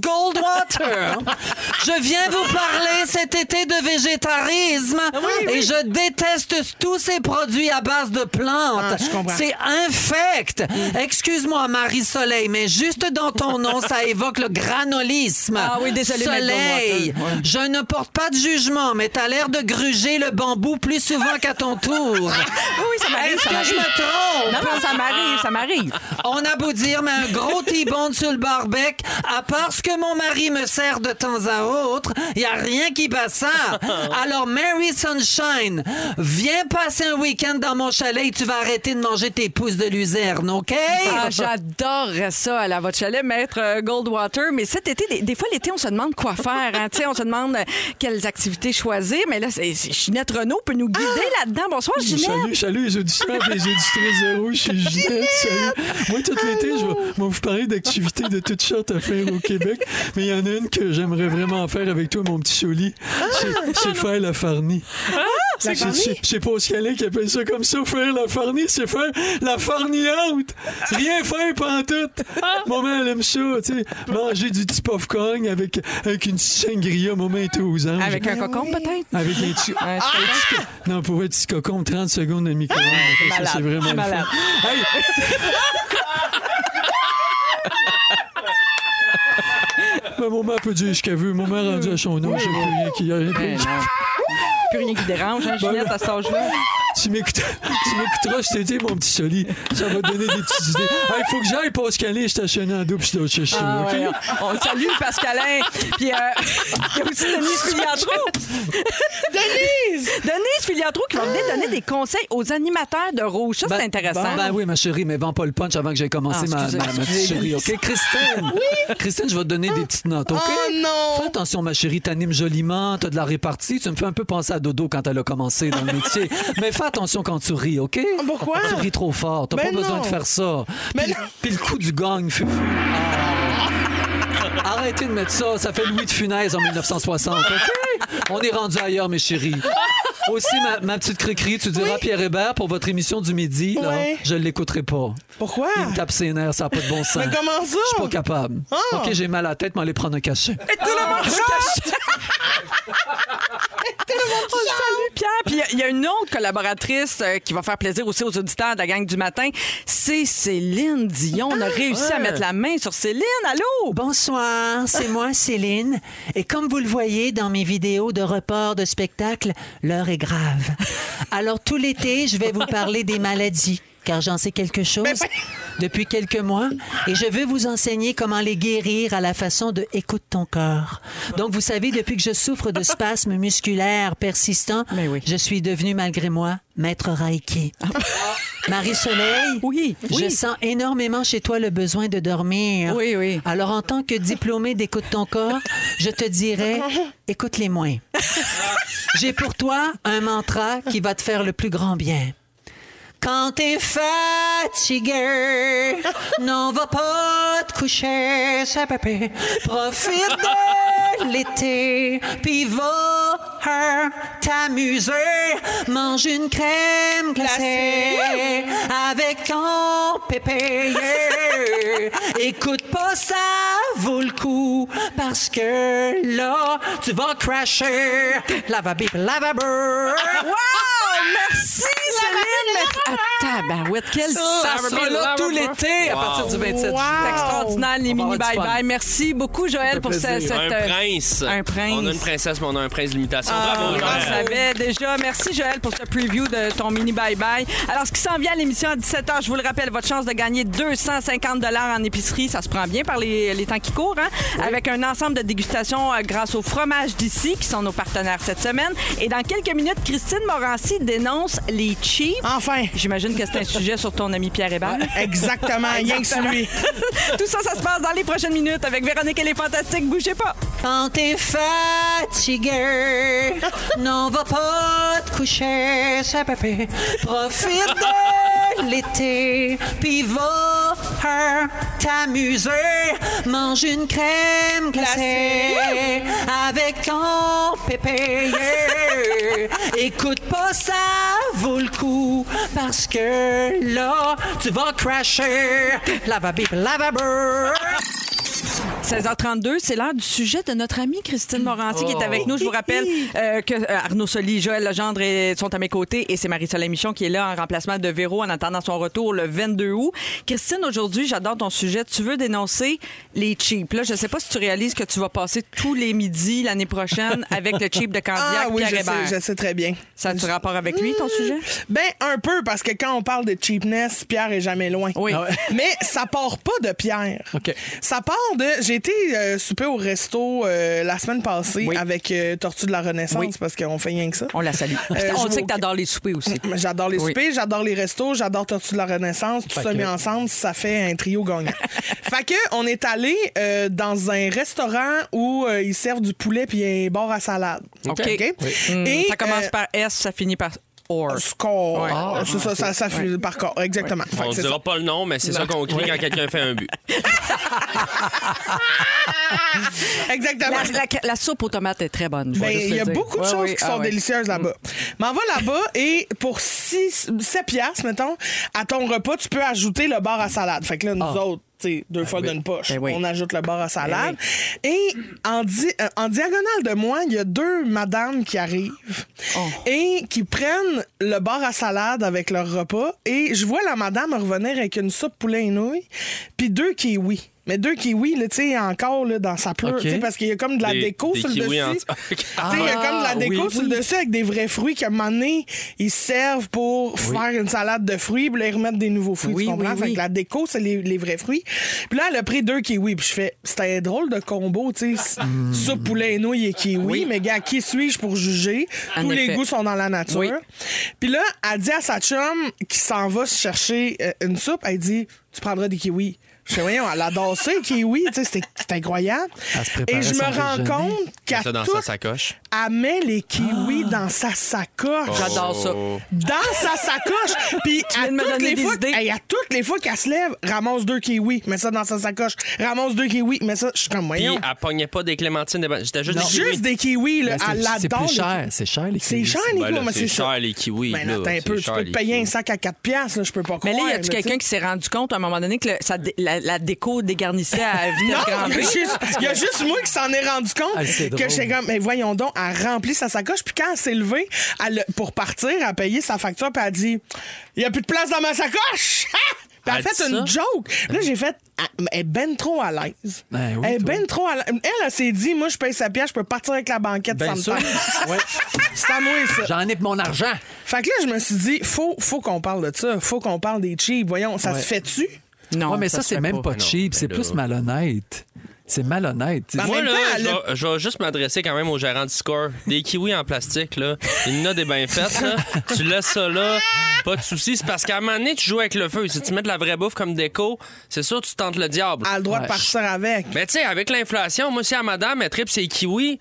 Goldwater. Je viens vous parler cet été de végétarisme
Ah
et je déteste tous ces produits à base de plantes.
Ah, je comprends.
C'est infect.
Mm.
Excuse-moi, Marie-Soleil, mais juste dans ton nom, ça évoque le granolisme.
Ah oui, désolé, Maître
Soleil,
Goldwater. Ouais.
je ne porte pas de jugement, mais t'as l'air de gruger le bambou plus souvent qu'à ton tour.
Oui, oui, ça m'arrive. Ah.
arrive,
Est-ce
ça
que
arrive.
je me trompe?
Non, non, ça m'arrive, ça m'arrive.
On a beau dire, mais un gros T-bone sur le barbecue, à part ce que mon mari me sert de temps à autre, il a rien qui bat ça. Alors, Mary Sunshine, viens passer un week-end dans mon chalet et tu vas arrêter de manger tes pousses de luzerne, OK?
Ah, j'adorerais ça, aller à votre chalet, mettre euh, Goldwater. Mais cet été, des, des fois, l'été, on se demande quoi faire. hein. Tu sais, on se demande euh, quelles activités choisir. Mais là, c'est, c'est- Ginette Renault peut nous guider là-dedans. Bonsoir, Ginette.
Salut, salut les auditeurs et les auditrices zéro, je suis Ginette, salut. Moi, tout l'été, je vais je vais vous parler d'activités de toutes sortes à faire au Québec, mais il y en a une que j'aimerais vraiment faire avec toi, mon petit Choli, c'est- c'est faire la farnie. Je je- je sais pas au chalet qui appelle ça comme ça, faire la farnie, c'est faire la farniante. Rien faire pantoute. Maman, elle aime ça, tu sais. Manger du petit popcorn avec, avec une sangria, maman était aux anges.
Avec un cocon, peut-être?
Avec un petit...
Un
Ah! Non, pour être petit cocon, 30 secondes de micro-ondes.
Ah!
Ça, c'est vraiment le fun. Hey! Ma maman peut dire ce qu'elle veut. Maman est rendue à son nom. J'ai plus rien qui... rien qui-
Ben, non. Plus rien qui dérange, hein, Ginette, à cet âge-là.
Tu m'écoutes- tu m'écouteras cet été, mon petit Soli. Ça va te donner des petites idées. Il faut que j'aille pas scanner, je t'achète en double, je suis chez chez
Ah,
nous, OK?
ouais, on on salue Pascalin. Puis euh, il y a aussi Denise Filiatro.
Denise!
Denise Filiatro qui va venir donner des conseils aux animateurs de Rouge. Ça, c'est intéressant.
Ben, ben oui, ma chérie, mais vends pas le punch avant que j'aie commencé
Ah,
ma,
excusez,
ma- ma petite
excusez.
chérie, OK? Christine! Christine, je vais te donner des petites notes, OK?
Oh non!
Fais attention, ma chérie, t'animes joliment, t'as de la répartie. Tu me fais un peu penser à Dodo quand elle a commencé dans le métier. mais fais attention quand tu ris, OK?
Pourquoi?
Tu ris trop fort, t'as
Ben
pas besoin
non.
de faire ça.
Mais
Puis,
non.
puis le coup du gang, fufu. Arrêtez de mettre ça, ça fait Louis de Funès en 1960, OK? On est rendu ailleurs, mes chéris. Aussi, ma, ma petite cricri, tu diras à Pierre Hébert pour votre émission du midi, là,
Ouais.
je l'écouterai pas.
Pourquoi?
Il me tape ses nerfs, ça n'a pas de bon sens.
Mais comment ça?
Je suis pas capable.
Ah.
OK, j'ai mal à la tête, mais allez prendre un cachet. Ah!
Salut Pierre. Puis il y a une autre collaboratrice euh, qui va faire plaisir aussi aux auditeurs de la gang du matin. C'est Céline Dion.
Ah,
On a réussi à mettre la main sur Céline. Allô?
Oh, Bonsoir, c'est moi Céline. Et comme vous le voyez dans mes vidéos de report de spectacle, l'heure est grave. Alors tout l'été, je vais vous parler des maladies, car j'en sais quelque chose depuis quelques mois, et je veux vous enseigner comment les guérir à la façon de écoute ton corps. Donc vous savez, depuis que je souffre de spasmes musculaires persistants,
Mais oui. Ah.
je suis devenue malgré moi maître Reiki. Marie-Soleil,
Oui,
je
oui.
sens énormément chez toi le besoin de dormir.
Oui, oui.
Alors, en tant que diplômé d'Écoute ton corps, je te dirais, écoute-les moins. J'ai pour toi un mantra qui va te faire le plus grand bien. Quand t'es fatigué, n'en va pas te coucher, ça peut plus. Profite de l'été, puis va hein, t'amuser. Mange une crème glacée avec ton pépé. yeah. Écoute pas, ça vaut le coup, parce que là, tu vas crasher. Lavabib, lavabeur.
Wow! Oh, Merci Céline. Ah, tabarouette, quel
Ça
saveur.
sera là tout l'été à partir du 27
Wow.
C'est extraordinaire, les
On va avoir
mini
du fun.
bye-bye. Merci beaucoup, Joël, pour
plaisir.
cette. cette,
Un
euh,
prince.
un prince. Ah,
On a une princesse, mais on a un prince d'imitation. Bravo,
On le
Joël.
savait déjà. Merci, Joël, pour ce preview de ton mini bye-bye. Alors, ce qui s'en vient à l'émission à 17h, je vous le rappelle, votre chance de gagner 250 en épicerie, ça se prend bien par les, les temps qui courent, hein? avec un ensemble de dégustations euh, grâce aux fromages d'ici, qui sont nos partenaires cette semaine. Et dans quelques minutes, Christine Morancy dénonce les cheap.
Enfin!
J'imagine que c'est un sujet sur ton ami Pierre Hébert.
Exactement, rien que celui.
Tout ça, ça se passe dans les prochaines minutes avec Véronique et les Fantastiques. Bougez pas!
Quand t'es fatigué, n'en va pas te coucher, ça peut plus. Profite de l'été, puis va hein, t'amuser. Mange une crème glacée avec ton pépé. yeah. Écoute pas, ça vaut le coup, parce que là, tu vas crasher. Lavabib, lavabeur.
16h32, c'est l'heure du sujet de notre amie Christine Morancy qui est avec nous. Je vous rappelle euh, que euh, Arnaud Soli, Joël Legendre et- sont à mes côtés et c'est Marie-Soleil Michon qui est là en remplacement de Véro en attendant son retour le 22 août. Christine, aujourd'hui, j'adore ton sujet. Tu veux dénoncer les cheaps. Là, je sais pas si tu réalises que tu vas passer tous les midis l'année prochaine avec le cheap de Candiac,
Ah oui,
Pierre
je
Hébert.
sais, je sais très bien.
Ça a-tu rapport avec lui, ton sujet?
Ben, un peu, parce que quand on parle de cheapness, Pierre est jamais loin.
Oui. Ah
Mais ça part pas de Pierre.
OK.
Ça part de. J'ai été euh, souper au resto euh, la semaine passée avec euh, Tortue de la Renaissance, parce qu'on fait rien que ça.
On la salue.
Euh,
on
je
sait
vous-
que t'adores les soupers aussi.
Mais J'adore les
Oui.
soupers, j'adore les restos, j'adore Tortue de la Renaissance. Tout ça mis ensemble, ça fait un trio gagnant. fait que on est allé euh, dans un restaurant où euh, ils servent du poulet puis un bar à salade.
OK.
OK?
Mm,
Et,
ça commence
euh,
par S, ça finit par OR.
Score. Ah, c'est ça, ça, ça fait par corps. Exactement. Fait que
On
c'est
dira pas le nom, mais c'est ça qu'on crie quand quelqu'un fait un but.
ça. Exactement.
La, la- la soupe aux tomates est très bonne. je vais
Ben,
juste
il y
le
a
dire.
beaucoup de
Ouais,
choses
oui,
qui
ah
sont
ouais. Mm.
délicieuses là-bas. M'en va là-bas et pour 6, 7 piastres, mettons, à ton repas, tu peux ajouter le bar à salade. Fait que là, nous autres, tu sais, deux fois d'une poche,
Ah. Ben oui.
on ajoute le bar à salade. Et en, di- euh, en diagonale de moi, il y a deux madames qui arrivent
Oh.
et qui prennent le bar à salade avec leur repas. Et je vois la madame revenir avec une soupe poulet et nouilles, puis deux kiwis. Mais deux kiwis, là, tu sais, encore là, dans sa pleure,
OK.
tu sais, parce qu'il y a comme de la
Des-
déco
des
sur le
kiwis
dessus.
en-
Tu sais, il y a comme de la
Ah,
déco
oui,
sur le
oui.
dessus avec des vrais fruits qu'à un moment donné, ils servent pour faire une salade de fruits, puis là, ils remettent des nouveaux fruits,
Oui,
tu comprends?
oui,
Fait
oui.
que la déco, c'est les, les vrais fruits. Puis là, elle a pris deux kiwis, puis je fais, c'était un drôle de combo, tu sais,
Hmm.
soupe, poulet et nouilles et kiwi, mais gars, qui suis-je pour juger?
En
Tous les
effet.
goûts sont dans la nature.
Oui.
Puis là, elle dit à sa chum qui s'en va se chercher euh, une soupe, elle dit, tu prendras des kiwis. Je fais, voyons, elle adore ça, les kiwis, tu sais, c'était- c'était incroyable.
Elle se préparait
Et je
son
me rends
déjeuner.
compte qu'à
Ça dans
toutes
sa sacoche.
elle met les kiwis
Ah.
dans sa sacoche.
Oh.
J'adore ça.
Oh. Dans sa sacoche. Puis à
viens de me
toutes,
donner
les
des
fois,
idées.
hey, à toutes les fois qu'elle se lève, ramasse deux kiwis, mets ça dans sa sacoche. Ramasse deux kiwis, mets ça. Je suis comme,
Puis
voyons.
elle pognait pas des clémentines. des ban- J'étais juste des kiwis.
Juste des kiwis, là.
Ben, c'est-
elle
C'est
l'adore.
plus cher. C'est cher, les
C'est
kiwis.
cher,
Ben
Nico,
là,
mais
c'est
c'est
cher,
ça.
les kiwis,
Ben,
là.
attends un
C'est
peu. Tu
cher,
peux te
les
payer
kiwis.
un sac à 4 piastres, là. Je peux pas
Mais
croire.
là, y a-tu
là,
quelqu'un
tu sais.
qui s'est rendu compte à un moment donné que le- sa dé- la, la déco dégarnissait à vitesse
Non,
grand
il y a
V?
juste- il y a juste moi qui s'en est rendu compte
Ah, c'est
que
drôle.
j'étais comme, mais voyons donc, elle remplit sa sacoche, puis quand elle s'est levée elle a- pour partir, elle a payé sa facture, puis elle a dit, il n'y a plus de place dans ma sacoche! Ah! Puis elle a
Elle dit
fait une joke. Là, j'ai fait, Ah, mais elle est ben trop à l'aise.
Ben oui,
elle est
toi.
ben trop à l'aise. Elle, elle s'est dit, moi, je paye sa pièce, je peux partir avec la banquette sans
Bien Ben sûr.
me tente.
Ouais.
C'est à moi, ça.
J'en ai pour mon argent.
Fait que là, je me suis dit, faut, faut qu'on parle de ça. Faut qu'on parle des cheap. Voyons, ça
Ouais.
se fait-tu?
Non,
Ouais, mais ça,
se
c'est
fait
même pas,
Ben non,
cheap.
ben
C'est
là.
plus malhonnête. C'est malhonnête.
Ben, En
Moi,
même
là,
temps, elle
je, vais, je vais juste m'adresser quand même au gérant du score. Des kiwis en plastique, là. Il y en a des bien faites, là. Tu laisses ça là. Pas de soucis. C'est parce qu'à un moment donné, tu joues avec le feu. Si tu mets de la vraie bouffe comme déco, c'est sûr, tu tentes le diable.
Elle a le droit de partir avec.
Mais tu sais, avec l'inflation, moi, si à madame, elle tripe ses kiwis,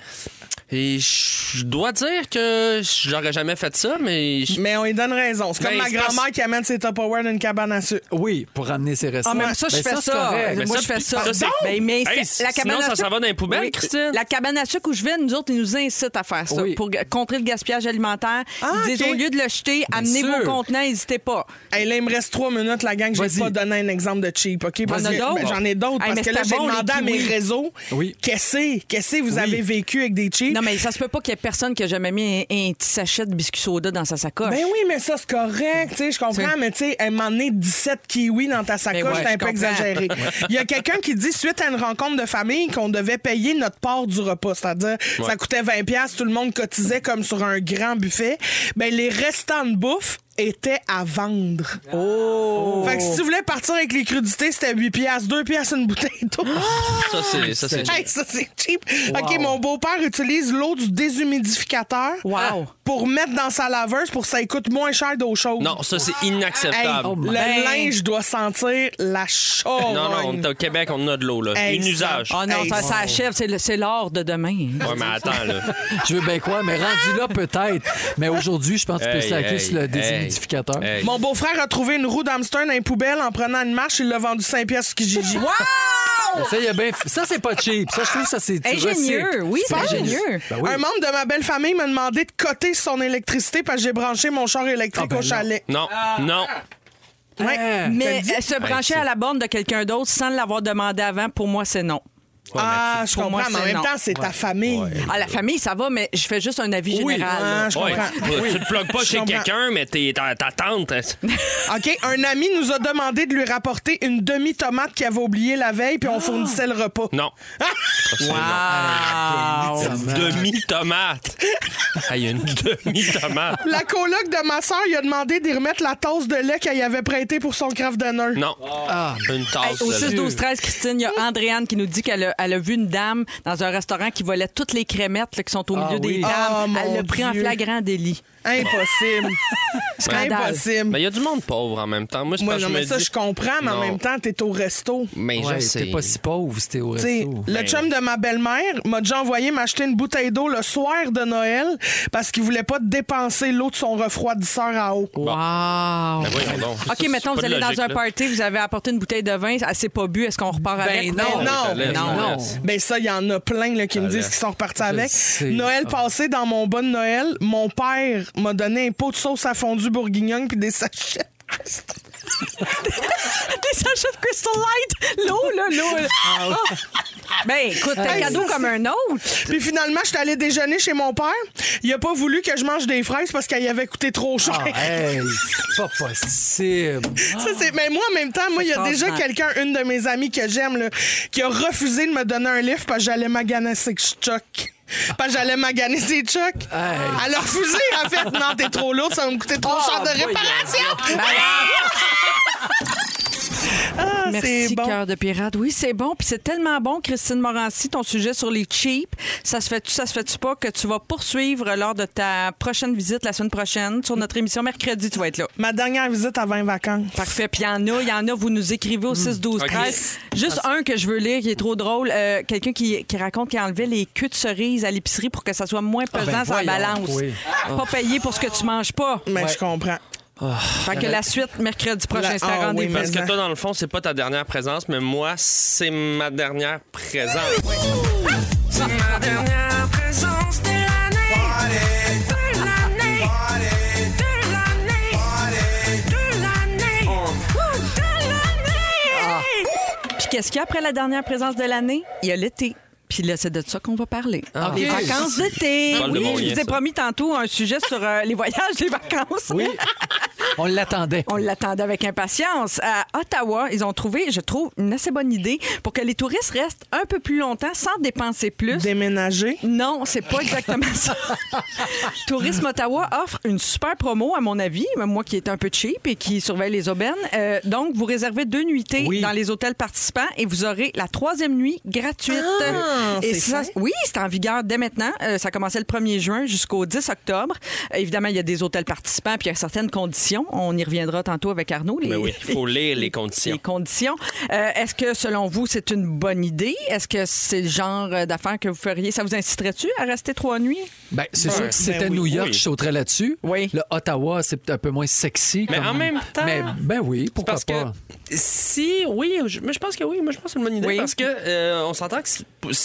et je dois dire que j'aurais jamais fait ça, mais je-
Mais on lui donne raison. C'est comme
Ben,
ma
c'est parce-
grand-mère qui amène ses Tupperware dans une cabane à sucre.
Oui, pour ramener ses restants.
Ah, même ça, je
Ben,
fais
c'est
ça.
correct.
Ben,
Moi,
ça,
je fais ça.
puis- pardon?
Ben, mais c'est-
Hey,
la cabane
sinon,
à
ça
sucre-
s'en va dans les poubelles, Christine.
La cabane à sucre où je vais, nous autres, ils nous incitent à faire ça
Oui.
pour ga- contrer le gaspillage alimentaire.
Ah,
ils disent,
OK.
au lieu de le jeter, amenez
sûr.
vos contenants, n'hésitez pas.
Hey, là, il me reste trois minutes, la gang. J'ai
Vas-y.
pas donné un exemple de cheap, OK? Parce
en a
que-
d'autres.
ben, J'en ai d'autres.
Hey, mais
parce que là,
c'était
j'ai
bon,
demandé
les
à mes
kiwis.
réseaux
Oui.
qu'est-ce que- qu'est-ce que vous
Oui.
avez vécu avec des cheap.
Non, mais ça se peut pas qu'il y ait personne qui a jamais mis un, un petit sachet de biscuits soda dans sa sacoche.
Ben oui, mais ça, c'est correct. tu sais, Je comprends,
C'est-
mais tu sais, elle m'en est 17 kiwis dans ta sacoche,
Mais ouais,
c'est un
je
peu
comprends.
exagéré. Il y a quelqu'un qui dit, suite à une rencontre de famille, qu'on devait payer notre part du repas. C'est-à-dire, ça coûtait 20$, tout le monde cotisait comme sur un grand buffet. Ben, les restants de bouffe étaient à vendre. Oh! Fait que si tu voulais partir avec les crudités, c'était 8 piastres, 2 piastres une bouteille d'eau.
ça, c'est. Ça, c'est
Hey, ça, c'est cheap. OK, mon beau-père utilise l'eau du déshumidificateur
Wow.
pour mettre dans sa laveuse pour que ça coûte moins cher d'eau chaude.
non, ça, c'est
Hey,
inacceptable.
le
Ben-
linge doit sentir la chaude.
non, non, on est au Québec, on en a de l'eau, là.
Hey,
Un
ça-
usage.
Ah non,
Hey,
ça, ça achève, c'est le- c'est l'or de demain.
Ouais, mais attends, là.
Je veux bien croire, mais rendu là, peut-être. Mais aujourd'hui, je pense que tu peux
Hey,
saquer
hey,
sur le
hey,
déshumidificateur.
hey.
Mon beau-frère a trouvé une roue d'hamster dans une poubelle en prenant une marche. Il l'a vendu 5 pièces sur Kijiji.
Ça, il y a bien- ça, c'est pas cheap. Ça, je trouve ça, c'est tu
Ingénieux,
recycles.
oui, c'est
Ben oui.
ingénieux.
Ben oui.
Un membre de ma belle famille m'a demandé de coter son électricité parce que j'ai branché mon char électrique
Ah, ben
au chalet.
Non, non.
Ah.
Ah.
Mais euh, se brancher à la borne de quelqu'un d'autre sans l'avoir demandé avant, pour moi, c'est non.
Ah, je
Pour moi,
comprends, mais en
c'est
même
non.
temps, c'est ta famille.
À la famille, ça va, mais je fais juste un avis général.
Ah,
là.
je
Ouais,
comprends.
tu- Tu te plugues pas
Je
chez
comprends.
quelqu'un, mais t'es ta, ta tante. hein.
OK, un ami nous a demandé de lui rapporter une demi-tomate qu'il avait oubliée la veille,
Ah!
puis on fournissait le repas.
Non.
Ah,
Wow.
Demi-tomate. Ah, il y a une demi-tomate.
La coloc de ma soeur, il a demandé d'y remettre la tasse de lait qu'elle y avait prêté pour son craft dinner.
Non. Une tasse.
Au
de lait.
6, 12, 13, Christine, il y a Andréane qui nous dit qu'elle a, elle a vu une dame dans un restaurant qui volait toutes les crémettes là, qui sont au milieu des
oui.
Ah,
dames.
mon
elle l'a pris en
Dieu.
flagrant délit.
Impossible.
Scandale.
Impossible.
Mais il Ben, y a du monde pauvre en même temps. Moi, c'est
Moi,
parce
non,
que je
mais
me
ça,
dis-
je comprends, mais en
Non.
même temps, t'es au resto.
Mais je
Ouais,
sais.
t'es pas si pauvre si t'es au
T'sais,
resto. ben
le chum de ma belle-mère m'a déjà envoyé m'acheter une bouteille d'eau le soir de Noël parce qu'il voulait pas dépenser l'eau de son refroidisseur à eau. Ah,
Mais Ben, voyons donc. Ça,
OK,
c'est
mettons,
pas
vous
de
allez
logique,
dans un
là.
party, vous avez apporté une bouteille de vin, elle s'est pas bu, est-ce qu'on repart avec?
Ben non.
Je te laisse,
Non,
je te
non.
laisse.
Ben ça, il y en a plein là, qui me disent
laisse.
qu'ils sont repartis avec.
sais.
Noël passé, dans mon bon Noël, mon père m'a donné un pot de sauce à fondue bourguignonne puis des sachets.
Des sachets de Crystal Light! L'eau, là, l'eau. là. Ben, écoute, un
Ah, Hey,
cadeau
ça,
comme
c'est-
un autre.
Puis finalement, je suis allée déjeuner chez mon père. Il a pas voulu que je mange des fraises parce qu'elles avaient coûté trop cher.
Ah, hey, c'est pas possible.
Ça, c'est- Mais moi, en même temps, moi, il y a déjà
Franchement.
quelqu'un, une de mes amies que j'aime, là, qui a refusé de me donner un livre parce que j'allais maganer ses chocs. Parce que j'allais maganer ses chocs. Elle a refusé, en fait. Non, t'es trop lourd, ça va me coûter
Ah,
trop cher de réparation. Ah, c'est
Merci,
bon.
cœur de pirate. Oui, c'est bon. Puis c'est tellement bon, Christine Morancy, ton sujet sur les cheap. Ça se fait-tu, ça se fait-tu pas que tu vas poursuivre lors de ta prochaine visite la semaine prochaine sur notre émission mercredi? Tu vas être là.
Ma dernière visite avant les vacances.
Parfait. Puis il y en a, il y en a, vous nous écrivez au 6, 12, 13. Juste un que je veux lire qui est trop drôle. Euh, Quelqu'un qui, qui raconte qu'il a enlevé les queues de cerises à l'épicerie pour que ça soit moins pesant
ben
sur la
voyons,
balance.
oui.
Pas payé pour ce que tu manges pas.
Mais je comprends.
Fait que la suite, mercredi prochain,
La-
c'est un
ah, oui,
rendez-vous.
mais-
Parce que toi, dans le fond, c'est pas ta dernière présence, mais moi, c'est ma dernière présence.
Ma dernière présence de l'année. De l'année. De l'année. De l'année. De l'année.
Puis qu'est-ce qu'il y a après la dernière présence de l'année? Il y a l'été. Puis là, c'est de ça qu'on va parler. Les vacances d'été.
Parle de
Oui,
bon
je
lien,
vous ai
ça.
promis tantôt un sujet sur euh, les voyages, les vacances.
Oui. On l'attendait.
On l'attendait avec impatience. À Ottawa, ils ont trouvé, je trouve, une assez bonne idée pour que les touristes restent un peu plus longtemps sans dépenser plus.
Déménager.
Non, c'est pas exactement ça. Tourisme Ottawa offre une super promo, à mon avis, moi qui est un peu cheap et qui surveille les aubaines. Euh, donc, vous réservez deux nuitées
Oui.
dans les hôtels participants et vous aurez la troisième nuit gratuite. et
c'est
ça,
fin.
oui, c'est en vigueur dès maintenant. Euh, ça commençait le 1er juin jusqu'au 10 octobre. Euh, évidemment, il y a des hôtels participants puis il y a certaines conditions. On y reviendra tantôt avec Arnaud. les-
Mais Ben oui, il faut lire les
les
conditions.
conditions. Euh, Est-ce que, selon vous, c'est une bonne idée? Est-ce que c'est le genre euh, d'affaires que vous feriez? Ça vous inciterait-tu à rester trois nuits?
Ben, c'est sûr que si
Ben
c'était
oui,
New York,
oui.
je sauterais là-dessus.
Oui.
Le Ottawa, c'est un peu moins sexy.
Mais
comme-
en même temps-
Mais ben oui, pourquoi
Parce
pas?
que si, oui, je- mais je pense que oui, moi je pense que c'est une bonne idée
Oui.
parce que euh, on s'entend que c'est-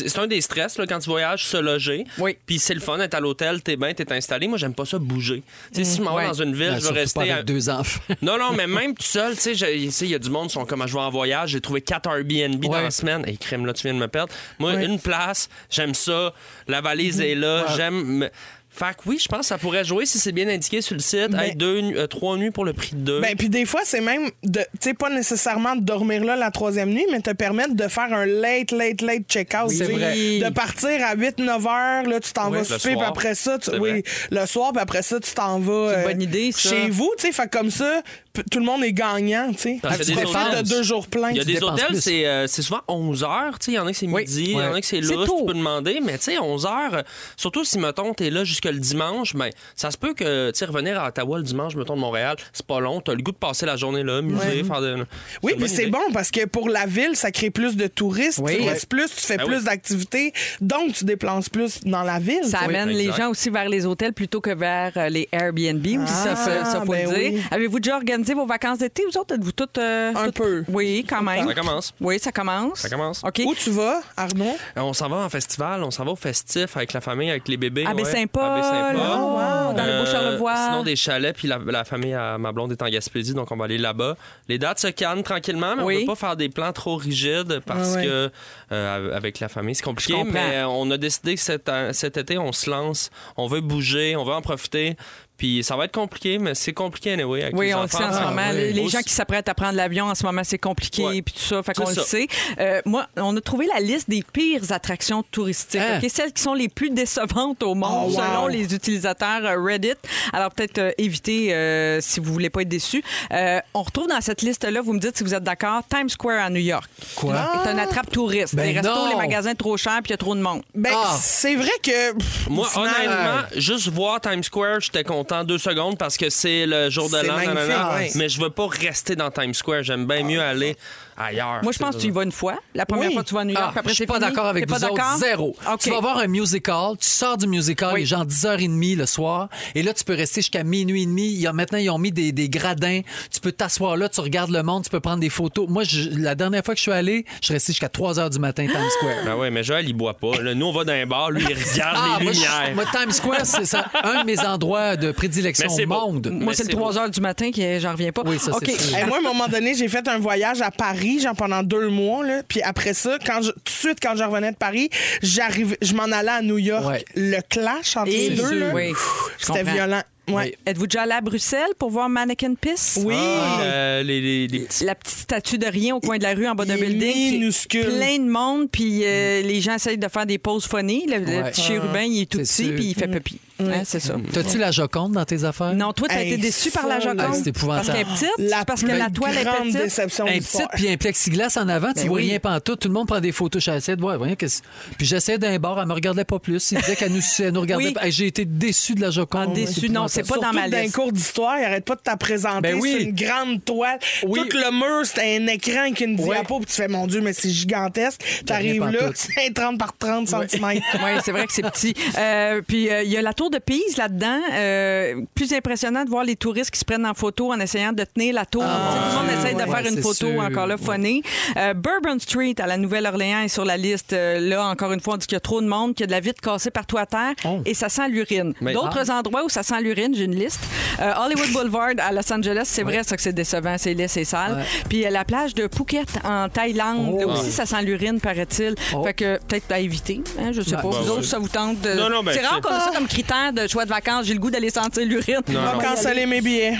c'est un des stress là, quand tu voyages, se loger.
Oui.
Puis c'est le fun d'être à l'hôtel, t'es bien, t'es installé. Moi j'aime pas ça bouger. Tu sais, si je m'en vais
Ouais.
dans une ville, je
Ben,
veux
surtout
rester.
pas avec
à-
deux enfants.
Non, non, mais même tout seul, tu sais, j'ai- tu sais, il y a du monde qui sont comme, Ah, je vais en voyage, j'ai trouvé 4 Airbnb dans
Ouais.
la semaine. Et crime, là, tu viens de me perdre. Moi, une place, j'aime ça, la valise est là, j'aime. me- Fait que oui, je pense que ça pourrait jouer si c'est bien indiqué sur le site. Hey, deux, nu- euh, trois nuits pour le prix de deux.
Ben, puis des fois, c'est même, de- tu sais, pas nécessairement de dormir là la troisième nuit, mais te permettre de faire un late, late, late check-out.
Oui,
tu sais.
c'est vrai.
De partir à 8, 9 heures, là, tu t'en
Oui,
vas
le
souper, puis
soir.
après ça, tu-
C'est
oui,
vrai.
le soir, puis après ça, tu t'en vas. euh,
une bonne idée, ça.
Chez vous, tu sais, fait comme ça, p- tout le monde est gagnant, tu sais.
Parce
Tu
qu'il y a des
profites de
dépenses.
deux jours pleins.
il y a
tu
des
dépenses
hôtels,
plus.
c'est euh, c'est souvent 11 heures. tu sais, Il y en a que c'est
Oui.
midi, il y en a
Ouais.
que c'est
C'est
lousse,
tôt.
tu peux demander. Mais tu sais, 11 heures, euh, surtout si, mettons, t'es là jusque le dimanche, ben, ça se peut que tu sais, revenir à Ottawa le dimanche, mettons, de Montréal, c'est pas long. T'as le goût de passer la journée là, musée, faire de.
Oui, puis
une bonne
c'est
idée.
bon parce que pour la ville, ça crée plus de touristes,
Oui.
tu restes plus, tu fais
Ben
plus
oui.
d'activités, donc tu dépenses plus dans la ville.
Ça
tu sais.
amène les
exact.
gens aussi vers les hôtels plutôt que vers euh, les Airbnb, aussi, ça,
Ah,
ça, ça faut
ben
le dire.
oui.
Avez-vous déjà organisé organisé vos vacances d'été? Vous autres, êtes-vous toutes. euh,
Un
toutes-
peu.
Oui, quand même.
Ça commence.
Oui, ça commence.
Ça commence.
OK.
Où tu vas, Arnaud?
Euh, On s'en va en festival, on s'en va au festif avec la famille, avec les bébés.
À
ouais.
Baie-Saint-Paul.
À Baie-Saint-Paul.
Oh, wow, dans le Beau-Charlevoix.
Sinon, des chalets, puis la, la famille à ma blonde est en Gaspésie, donc on va aller là-bas. Les dates se calment tranquillement, mais
Oui.
on ne peut pas faire des plans trop rigides parce
Ah ouais.
que euh, avec la famille, c'est
Je
compliqué.
comprends.
Mais euh, on a décidé que cet, euh, cet été, on se lance, on veut bouger, on veut en profiter. Puis ça va être compliqué, mais c'est compliqué anyway. Avec
Oui,
les
on le
enfants.
sait en ce
Ah,
moment.
ouais.
Les- Les
Au-
gens qui s'apprêtent à prendre l'avion en ce moment, c'est compliqué
Ouais.
puis tout ça. Fait
C'est
qu'on le
ça.
sait. Euh, moi, on a trouvé la liste des pires attractions touristiques.
Hein? Ah,
OK? Celles qui sont les plus décevantes au monde
Oh, wow.
selon les utilisateurs euh, Reddit. Alors peut-être euh, évitez euh, si vous voulez pas être déçus. Euh, on retrouve dans cette liste-là, vous me dites si vous êtes d'accord, Times Square à New York.
Quoi?
C'est un attrape touriste.
Ben
les restos,
non.
les magasins trop chers puis il y a trop de monde.
Ben,
Ah.
c'est vrai que. pff, euh,
Moi,
au final,
honnêtement, juste voir Times Square, j'étais content deux secondes parce que c'est le jour de
C'est
l'an.
magnifique,
nanana.
ouais. Ah.
Mais je veux pas rester dans Times Square. J'aime bien mieux aller ailleurs.
Moi, je pense que tu y vas une fois. La première
Oui.
fois que tu vas à New York,
Ah,
puis après,
je suis
c'est
pas
fini.
d'accord avec
T'es
vous
pas
autres.
d'accord?
Zéro.
OK.
Tu vas voir un musical, tu sors du musical,
Oui.
il est genre 10h30 le soir, et là, tu peux rester jusqu'à minuit et demi. Il y a, maintenant, ils ont mis des, des gradins. Tu peux t'asseoir là, tu regardes le monde, tu peux prendre des photos. Moi, je- la dernière fois que je suis allé, je suis resté jusqu'à 3h du matin, Times Square. Ah,
Ah ouais, mais Joël, il boit pas. Là, nous, on va dans un bar. Lui, il regarde
Ah,
les
moi, je-
lumières.
moi, Times Square, c'est ça, un de mes endroits de prédilection
Mais c'est
au
beau.
monde.
Mais
Moi, c'est le
c'est beau.
3 heures du matin que j'en reviens pas.
Oui, ça,
OK.
c'est sûr.
Hey, moi, à un moment donné, j'ai fait un voyage à Paris, genre pendant deux mois, là. Puis après ça, quand je, tout de suite, quand je revenais de Paris, j'arrivais, je m'en allais à New York.
Ouais.
Le clash entre les
Et
deux, là,
oui.
pff,
Je
c'était
comprends.
violent. Ouais.
Êtes-vous déjà allé à Bruxelles pour voir Mannequin Piss?
Oui.
Euh, les, les- les petits.
La petite statue de rien au coin de la rue en bas d'un
Il est
building. qui est
minuscule.
Plein de monde, puis euh, les gens essayent de faire des pauses funny. Le, le
Ouais.
petit chérubin, il est tout petit,
C'est sûr. Mm.
puis il fait pipi. Hein, c'est ça.
T'as-tu la Joconde dans tes affaires?
Non, toi, t'as
Mm. Hey,
été déçu par la
ça, là.
Joconde.
Ah, c'est épouvantable.
Parce qu'elle est petite,
La
c'est parce que
plus
la toile est
grande
petite.
déception
Un
du
petit
soir.
puis un plexiglas en avant, tu
Ben
vois
oui.
rien pantoute. Tout le monde prend des photos. J'essayais de voir, voyons qu'est-ce- Puis j'essayais d'un bar, elle me regardait pas plus. Il disait qu'elle nous, elle nous regardait.
Oui.
pas. Hey, J'ai été déçu de la Joconde.
Ah, déçu, non, c'est pas
Surtout
dans ma
que d'un
liste.
cours d'histoire, il arrête pas de t'apprésenter.
Ben oui.
C'est une grande toile.
Oui.
Tout le mur, c'est un écran avec une diapo. Puis tu fais, mon Dieu, mais c'est gigantesque. T'arrives
rien
là,
pantoute.
c'est un 30 par 30 cm.
Oui, c'est vrai que c'est petit. Euh, puis euh, il y a la tour de Pise là-dedans. Euh, plus impressionnant de voir les touristes qui se prennent en photo en essayant de tenir la tour. Tu sais, tout le monde essaie de
Ah, ouais.
faire une
C'est
photo
sûr.
encore là, phonée. Euh, Bourbon Street à la Nouvelle-Orléans est sur la liste. Euh, là, encore une fois, on dit qu'il y a trop de monde, qu'il y a de la vitre cassée partout à terre
Oh.
et ça sent l'urine.
Mais-
D'autres
ah.
endroits où ça sent l'urine, j'ai une liste. Euh, Hollywood Boulevard à Los Angeles, c'est vrai ça que c'est décevant, c'est laid, c'est sale. Puis euh, la plage de Phuket en Thaïlande,
Oh,
là aussi ça sent l'urine, paraît-il. Fait que peut-être à éviter, hein, je sais pas. Vous autres, ça vous tente de...
Non, non, ben,
c'est rare
c'est-
qu'on a ça comme critère de choix de vacances. J'ai le goût d'aller sentir l'urine.
On va canceller mes billets.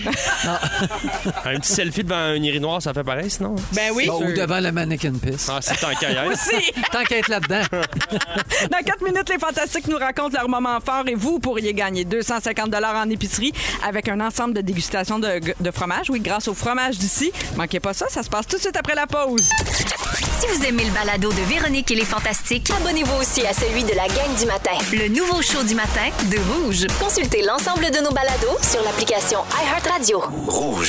Un petit selfie devant un urinoir, ça fait pareil, sinon.
Ben oui.
Bon, ou devant le mannequin piss.
Ah, c'est tant qu'à y être.
Si!
Tant qu'à être là-dedans.
Dans 4 minutes, les Fantastiques nous racontent leur moment fort et vous pourriez gagner 250 en épicerie avec un ensemble de dégustations de, de fromage. Oui, grâce au fromage d'ici. Manquez pas ça, ça se passe tout de suite après la pause.
Si vous aimez le balado de Véronique et les Fantastiques,
Abonnez-vous aussi à celui de la gang du matin.
le nouveau show du matin de Rouge.
Consultez l'ensemble de nos balados sur l'application iHeartRadio.
Oui,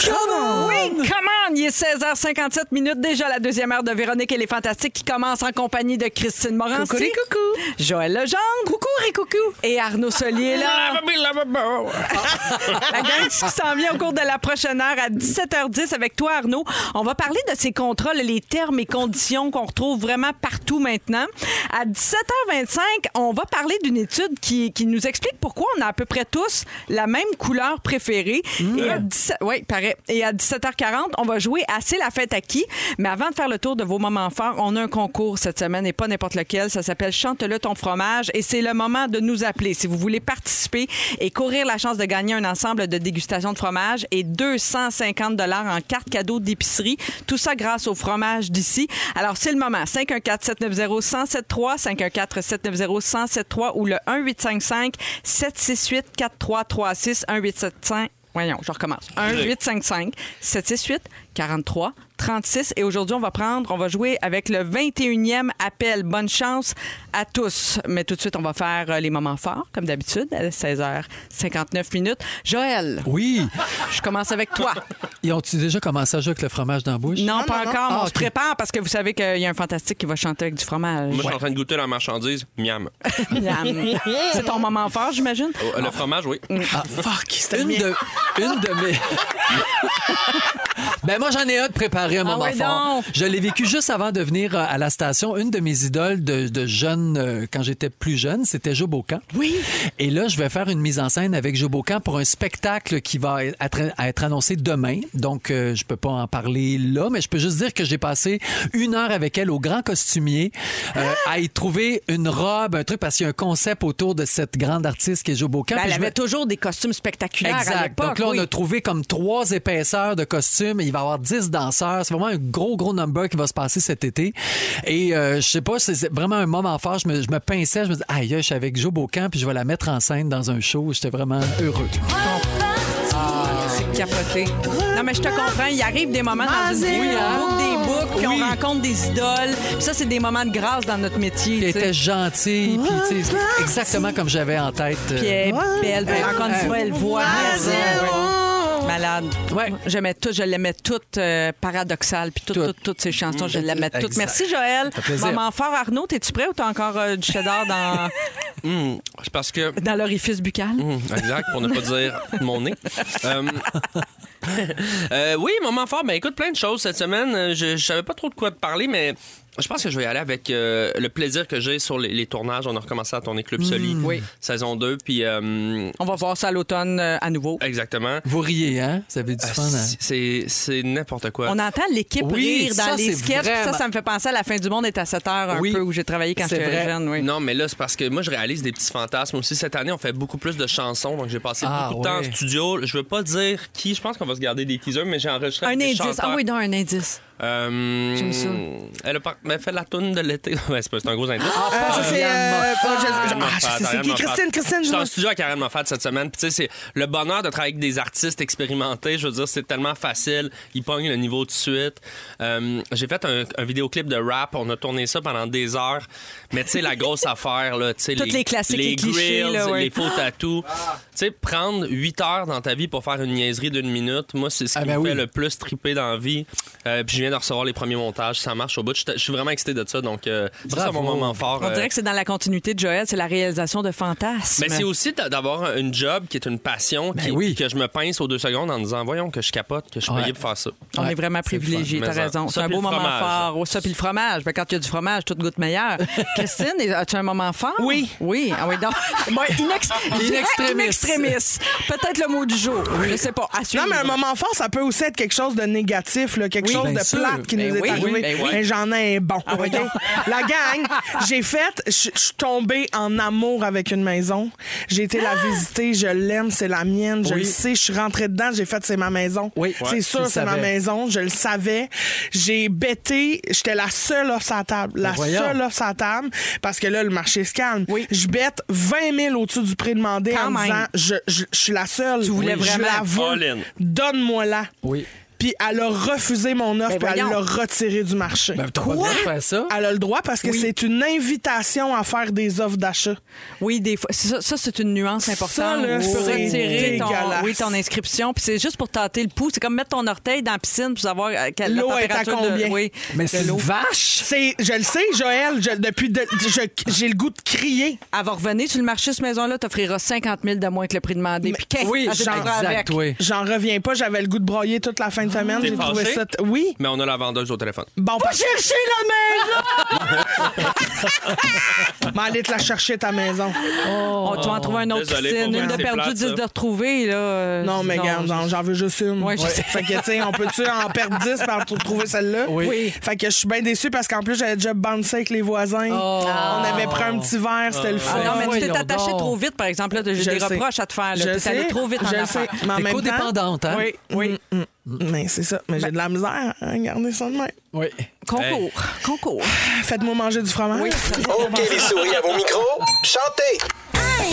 comment? Il est 16h57 minutes déjà la deuxième heure de Véronique et les Fantastiques qui commence en compagnie de Christine Morancy.
Coucou les coucous.
Joël Legendre. Coucou, coucou. Et Arnaud Solier, là. La gang, ce qui s'en vient au cours de la prochaine heure à 17h10 avec toi, Arnaud. On va parler de ces contrats, là, les termes et conditions qu'on retrouve vraiment partout maintenant. À 17h25, on va parler d'une étude qui, qui nous explique pourquoi on a à peu près tous la même couleur préférée. Et, à 17, ouais, pareil. et à 17h40, on va jouer à C'est la fête à qui? Mais avant de faire le tour de vos moments forts, on a un concours cette semaine et pas n'importe lequel. Ça s'appelle Chante-le ton fromage et c'est le moment de nous appeler si vous voulez participer et courir la chance de gagner un ensemble de dégustations de fromage et 250 dollars en carte cadeau d'épicerie. Tout ça grâce au fromage d'ici. Alors c'est le moment. 514 790 1073 514 790 1073 ou le 1855 768 4336 1875 Voyons, je recommence. 1 855 768 43 36 et aujourd'hui on va prendre on va jouer avec le 21e appel. Bonne chance à tous. Mais tout de suite on va faire euh, les moments forts comme d'habitude à 16h59 minutes. Joël,
Oui.
je commence avec toi.
Ils ont-tu déjà commencé à jouer avec le fromage dans la bouche?
Non, pas encore, mais on
Ah,
se
ok.
prépare parce que vous savez qu'il y a un fantastique qui va chanter avec du fromage.
Moi, je suis en train de goûter la marchandise. Miam. Euh,
Miam. C'est ton moment fort, j'imagine.
Oh, Le fromage, oui.
Ah, fuck, une de, une de mes. Ben moi j'en ai un de préparé un
Ah
moment
ouais,
fort.
donc.
Je l'ai vécu juste avant de venir euh, à la station. Une de mes idoles de, de jeune, euh, quand j'étais plus jeune, c'était Joe Beaucamp. Oui. Et là, je vais faire une mise en scène avec Joe Beaucamp pour un spectacle qui va être, être annoncé demain. Donc, euh, je peux pas en parler là, mais je peux juste dire que j'ai passé une heure avec elle au grand costumier euh, à y trouver une robe, un truc, parce qu'il y a un concept autour de cette grande artiste qui est Joe Beaucamp.
Ben,
Puis
elle
je
avait
me-
toujours des costumes spectaculaires à
Exact.
l'époque.
Donc là, on
oui.
a trouvé comme trois épaisseurs de costumes. Il va y avoir 10 danseurs. C'est vraiment un gros, gros number qui va se passer cet été. Et euh, je sais pas, c'est c'est vraiment un moment fort. Je me, je me pinçais, je me disais, aïe, je suis avec Joe Beaucamp, puis je vais la mettre en scène dans un show. J'étais vraiment heureux.
C'est capoté. Non, mais je te comprends. Il arrive des moments dans une vie où on boucle des boucles, puis on rencontre des idoles. Puis ça, c'est des moments de grâce dans notre métier.
Puis elle
tu sais.
était gentille, puis tu sais, exactement comme j'avais en tête. euh,
Puis elle est belle, puis encore une fois, elle voit. Malade.
Ouais.
J'aimais tout, je l'aimais toute euh, paradoxale, puis toutes
Tout.
toutes toutes ces chansons, je l'aimais toutes.
Exact.
Merci Joël.
Ça fait plaisir.
Maman fort Arnaud, t'es-tu prêt ou t'as encore euh, du cheddar dans,
Hmm, c'est parce que.
dans l'orifice buccal?
Mm.
Hmm, exact, pour ne pas dire mon nez. Euh, euh, oui, moment fort. Ben écoute, plein de choses cette semaine. Euh, Je, je savais pas trop de quoi te parler, mais je pense que je vais y aller avec euh, le plaisir que j'ai sur les, les tournages. On a recommencé à tourner Club Soli,
Mm. Oui.
saison 2, puis. euh,
On va voir ça à l'automne euh, à nouveau.
exactement.
Vous riez, hein? Vous avez du
Euh,
fun. hein?
C'est c'est n'importe quoi.
On entend l'équipe
Oui,
rire dans
ça,
les
c'est
sketchs. puis Ça,
vraiment-
ça me fait penser à la fin du monde est à 7 heures un
Oui,
peu où j'ai travaillé quand
c'est
j'étais
vrai.
jeune. Oui.
Non, mais là, c'est parce que moi, je réalise des petits fantasmes aussi. Cette année, on fait beaucoup plus de chansons, donc j'ai passé
Ah,
beaucoup de temps en
ouais.
studio. Je veux pas dire qui, je pense qu'on va se garder des teasers, mais j'ai enregistré
Un
avec des
indice. Ah
chanteurs.
oui, non, un indice.
Euh,
J'aime ça.
Elle a par- elle a fait la toune de l'été. Ouais, c'est pas- c'est un gros indice.
Ah, ça, c'est. euh, oh, je- je-
Karen
ah, je
Moffat,
sais, c'est
Karen
qui?
Moffat.
Christine, Christine,
Je suis en
je
studio à Karen Moffat cette semaine. Puis, tu sais, c'est le bonheur de travailler avec des artistes expérimentés. Je veux dire, c'est tellement facile. Ils pognent le niveau tout de suite. Euh, J'ai fait un, un vidéoclip de rap. On a tourné ça pendant des heures. Mais, tu sais, la grosse affaire, là, tu sais,
Toutes les classiques, les clichés,
grills,
là, ouais. Ah!
les faux tatous. Tu sais, prendre 8 heures dans ta vie pour faire une niaiserie d'une minute, moi, c'est ce qui
Ah, ben
me fait
oui.
le plus triper dans la vie. Euh, puis, je viens de recevoir les premiers montages. Ça marche au bout. Je je suis vraiment excité de ça. Donc, euh, c'est ça
Bravo.
mon moment fort.
On
euh,
dirait que c'est dans la continuité de Joël, c'est la réalisation de fantasmes.
mais c'est aussi d'a- d'avoir une job qui est une passion,
Ben
qui-
oui.
que je me pince aux deux secondes en disant voyons que je capote, que je suis
Ouais.
payé pour faire ça.
On
Ouais,
est vraiment
c'est
privilégiés,
le
t'as
fun. Mais
raison.
ça,
C'est un
puis
beau
le
moment
fromage.
fort. Oh, ça, puis le fromage. Ben, quand il y a du fromage, tout goûte meilleur. Christine, est- as-tu un moment fort?
Oui.
Oui, ah oui, donc. Bon, inex...
In extremis.
In extremis. Peut-être le mot du jour. Je sais pas. À
Non,
suivre.
mais un moment fort, ça peut aussi être quelque chose de négatif, là, quelque
Oui,
chose
bien
de
sûr.
plate qui
Ben
nous est
oui,
arrivé.
ben oui. Ah,
Mais j'en ai un bon. OK? La gang, j'ai fait, je je suis tombée en amour avec une maison. J'ai été la visiter, je l'aime, c'est la mienne, je
Ah! Oui.
le sais, je suis rentrée dedans, j'ai fait, c'est ma maison.
Oui.
C'est
Ouais, tu
sûr,
le
c'est ma
savais.
maison, je le savais. J'ai bêté, j'étais la seule offre sa table. La
Ben voyons.
seule offre sa table, parce que là, le marché se calme.
Oui.
Je bête 20 000 au-dessus du prix demandé
Quand
en
même.
disant, je, je- je suis la seule.
Tu voulais
Oui. Je
vraiment.
la veux.
All in.
Donne-moi la.
Oui.
Puis elle a refusé mon offre,
Ben
puis elle
voyons.
l'a retirée du marché.
Ben, t'as pas le droit de faire ça.
elle a le droit parce que c'est une invitation à faire des offres d'achat.
Oui, des fois. Ça, ça, c'est une nuance
Ça,
importante.
là,
tu peux
c'est
retirer ton,
dégueulasse.
oui, ton inscription. Puis c'est juste pour tâter le pouls. C'est comme mettre ton orteil dans la piscine pour savoir euh, quelle la
L'eau est à
température de-
combien?
oui,
Mais
de
c'est une
l'eau.
vache!
C'est, je le sais, Joël, je- depuis de- je- j'ai le goût de crier.
Elle va revenir sur le marché, cette maison-là, t'offrira 50 000 de moins que le prix demandé.
Mais-
Puis qu'est-ce
Oui,
que tu
genre,
feras avec?
exact, oui.
J'en reviens pas, j'avais le goût de broyer toute la fin de semaine.
T'es
J'ai trouvé
fâché?
ça. t- Oui.
Mais on a la vendeuse au téléphone.
Bon, pas chercher la maison! Mais allez te la chercher ta maison.
On tu vas en trouver un autre
Désolé
Christine.
pour moi,
Une de
c'est
perdue,
plate,
dix
ça.
de retrouvée. Là, euh,
Non, mais garde,
je-
j'en- j'en veux juste une.
Ouais, je sais.
Fait que, tu sais, on peut-tu en perdre 10 par pour trouver celle-là?
Oui. Oui.
Fait que je suis bien déçue parce qu'en plus, j'avais déjà bouncé avec les voisins. On avait pris un petit verre, c'était le fun.
Oh. Ah non, mais tu t'es
Voyons
attaché
donc.
trop vite, par exemple. là, J'ai
Je
des
sais.
reproches à te faire.
Je
là. T'es allé
sais,
trop vite en
je le
affaires. Mm.
sais, mais en
T'es
même temps-
codépendante, hein?
Oui, oui. mm, Mais c'est ça. Mais j'ai de la misère à garder ça de même.
Oui.
Concours. Concours.
Faites-moi manger du fromage.
Oh, OK, les souris à vos micros, chantez!
Un,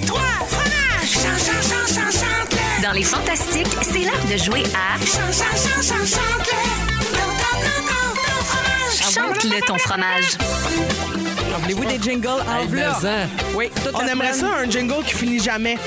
deux, trois, fromage! Chant, chant, chant, chant, chante-le!
Dans les fantastiques, c'est l'heure de jouer à
Chant, chant, chant, chant, chante-le! Ton, ton, ton, ton, ton fromage!
Chante-le ton fromage.
En Voulez-vous des jingles en
Hey,
vlog?
mais hein? en.
Oui, toute
On
la
aimerait
semaine.
ça, un jingle qui finit jamais.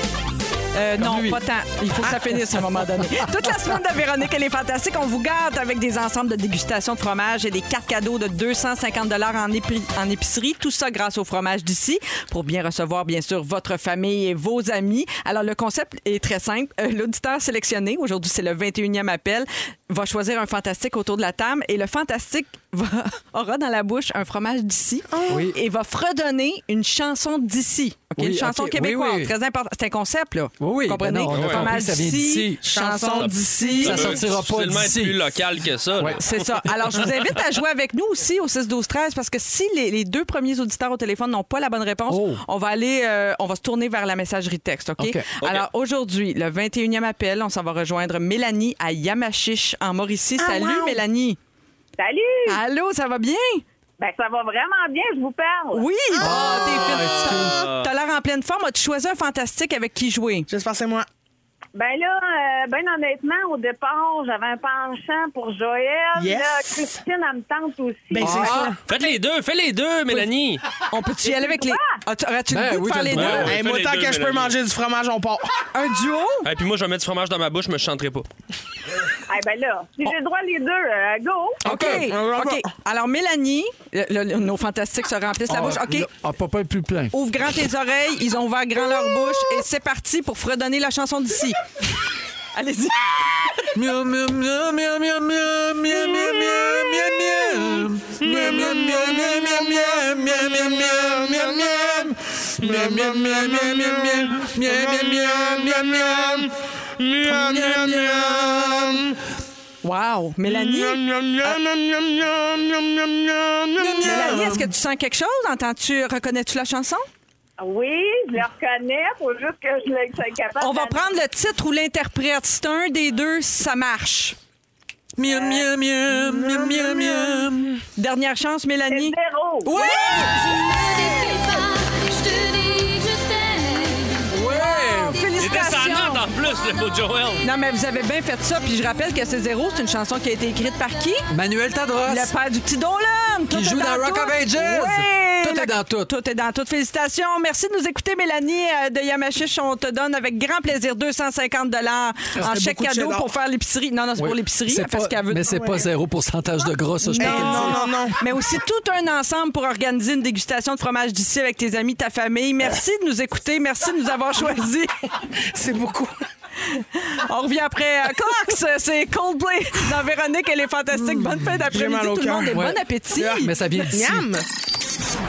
Euh, non, pas tant. Il faut que
Ah.
ça finisse à un moment donné. Toute la semaine de Véronique, elle est fantastique. On vous garde avec des ensembles de dégustation de fromage et des cartes cadeaux de 250 en, épi- en épicerie. Tout ça grâce au fromage d'ici pour bien recevoir, bien sûr, votre famille et vos amis. Alors, le concept est très simple. Euh, L'auditeur sélectionné, aujourd'hui, c'est le 21e appel, va choisir un fantastique autour de la table et le fantastique va- aura dans la bouche un fromage d'ici
Oui.
et va fredonner une chanson d'ici. OK?
Ah. Oui,
une chanson
OK. Oui,
québécoise,
oui.
très important. C'est un concept, là.
Oui,
Vous comprenez?
ben non, on a
Fromage
compris, ça vient d'ici.
Chanson
Ça-
d'ici.
ça sortira pas
difficilement être
d'ici.
plus local que ça. là.
C'est ça. Alors, je vous invite à jouer avec nous aussi au 6-12-13 parce que si les, les deux premiers auditeurs au téléphone n'ont pas la bonne réponse, on va aller, euh, on va se tourner vers la messagerie texte, Oh. OK?
OK.
Alors, aujourd'hui, le 21e appel, on s'en va rejoindre Mélanie à Yamachiche, en Mauricie.
Ah,
Salut,
wow.
Mélanie.
Salut!
Allô, ça va bien?
Ben, ça va vraiment bien, je vous parle.
Oui! Ah, t'es fit. T'as- T'as l'air en pleine forme. As-tu choisi un fantastique avec qui jouer?
J'espère c'est moi.
Ben là, euh, ben honnêtement, au départ, j'avais un penchant pour Joël.
Yes.
Là, Christine, elle me tente aussi.
Ben,
Ah. Faites les deux, fais les deux, Mélanie.
On peut-tu y aller avec les. As-tu aurais-tu
Ben
le goût
oui,
de faire
t'as
les
le
deux?
droit. Ouais,
Hey,
fais
moi,
les
tant
deux,
que je peux
Mélanie.
manger du fromage, on part.
Un duo?
Et puis moi, je vais mettre du fromage dans ma bouche, je me chanterai pas.
Eh ben là, si j'ai le droit les deux, euh, go!
Ah,
OK. OK. Alors, Mélanie, le- le- nos fantastiques se remplissent la bouche.
Ah,
OK.
là, Ah, papa est plus plein.
Ouvre grand tes oreilles, ils ont ouvert grand leur bouche et c'est parti pour fredonner la chanson d'ici. Allez-y.
Miam, miam, miam, miam, miam, miam, miam, miam, miam, miam, miam, miam, miam, miam, miam, miam, miam, miam, miam, miam, miam. Miam, miam, miam, miam, miam, miam, miam, miam, miam, miam, miam. Miam, miam, miam.
Wow, Mélanie. Ah. Mélanie, est-ce que tu sens quelque chose? Entends-tu, reconnais-tu la chanson?
Oui, je le reconnais, faut juste que je le sois
Ah,
capable.
On va
ben,
prendre le titre ou l'interprète. Si t'as un des deux, ça marche.
Miam, miam, miam, miam, miam, miam.
Dernière chance, Mélanie.
Zéro.
Oui! Wow,
Il était sans
Félicitations!
note en plus, le beau Joel.
Non, mais vous avez bien fait ça. Puis je rappelle que C'est Zéro, c'est une chanson qui a été écrite par qui?
Manuel Tadros.
Le père du petit Dolan. Tout
Ah, Qui
est
joue dans Rock
tout.
of Ages.
Ouais,
Tout est
le-
dans tout.
Tout est dans tout. Félicitations. Merci de nous écouter, Mélanie euh, de Yamachiche. On te donne avec grand plaisir 250 en
c'était
chèque
beaucoup de
cadeau
cheddar.
pour faire l'épicerie. Non, non, c'est
Oui.
pour l'épicerie.
C'est
Elle fait ce
pas-
qu'elle veut.
Mais c'est pas zéro pourcentage de gras, ça, je peux te le dire.
Non, non, non.
Mais aussi tout un ensemble pour organiser une dégustation de fromage d'ici avec tes amis, ta famille. Merci de nous écouter. Merci de nous avoir choisis.
C'est beaucoup.
On revient après euh, Cox. C'est Coldplay dans Véronique. Elle est fantastique. Bonne fin
J'ai
d'après-midi
mal au
tout le
cœur. Ah,
monde et
Ouais.
bon appétit.
Mais ça vient d'ici.
Miam!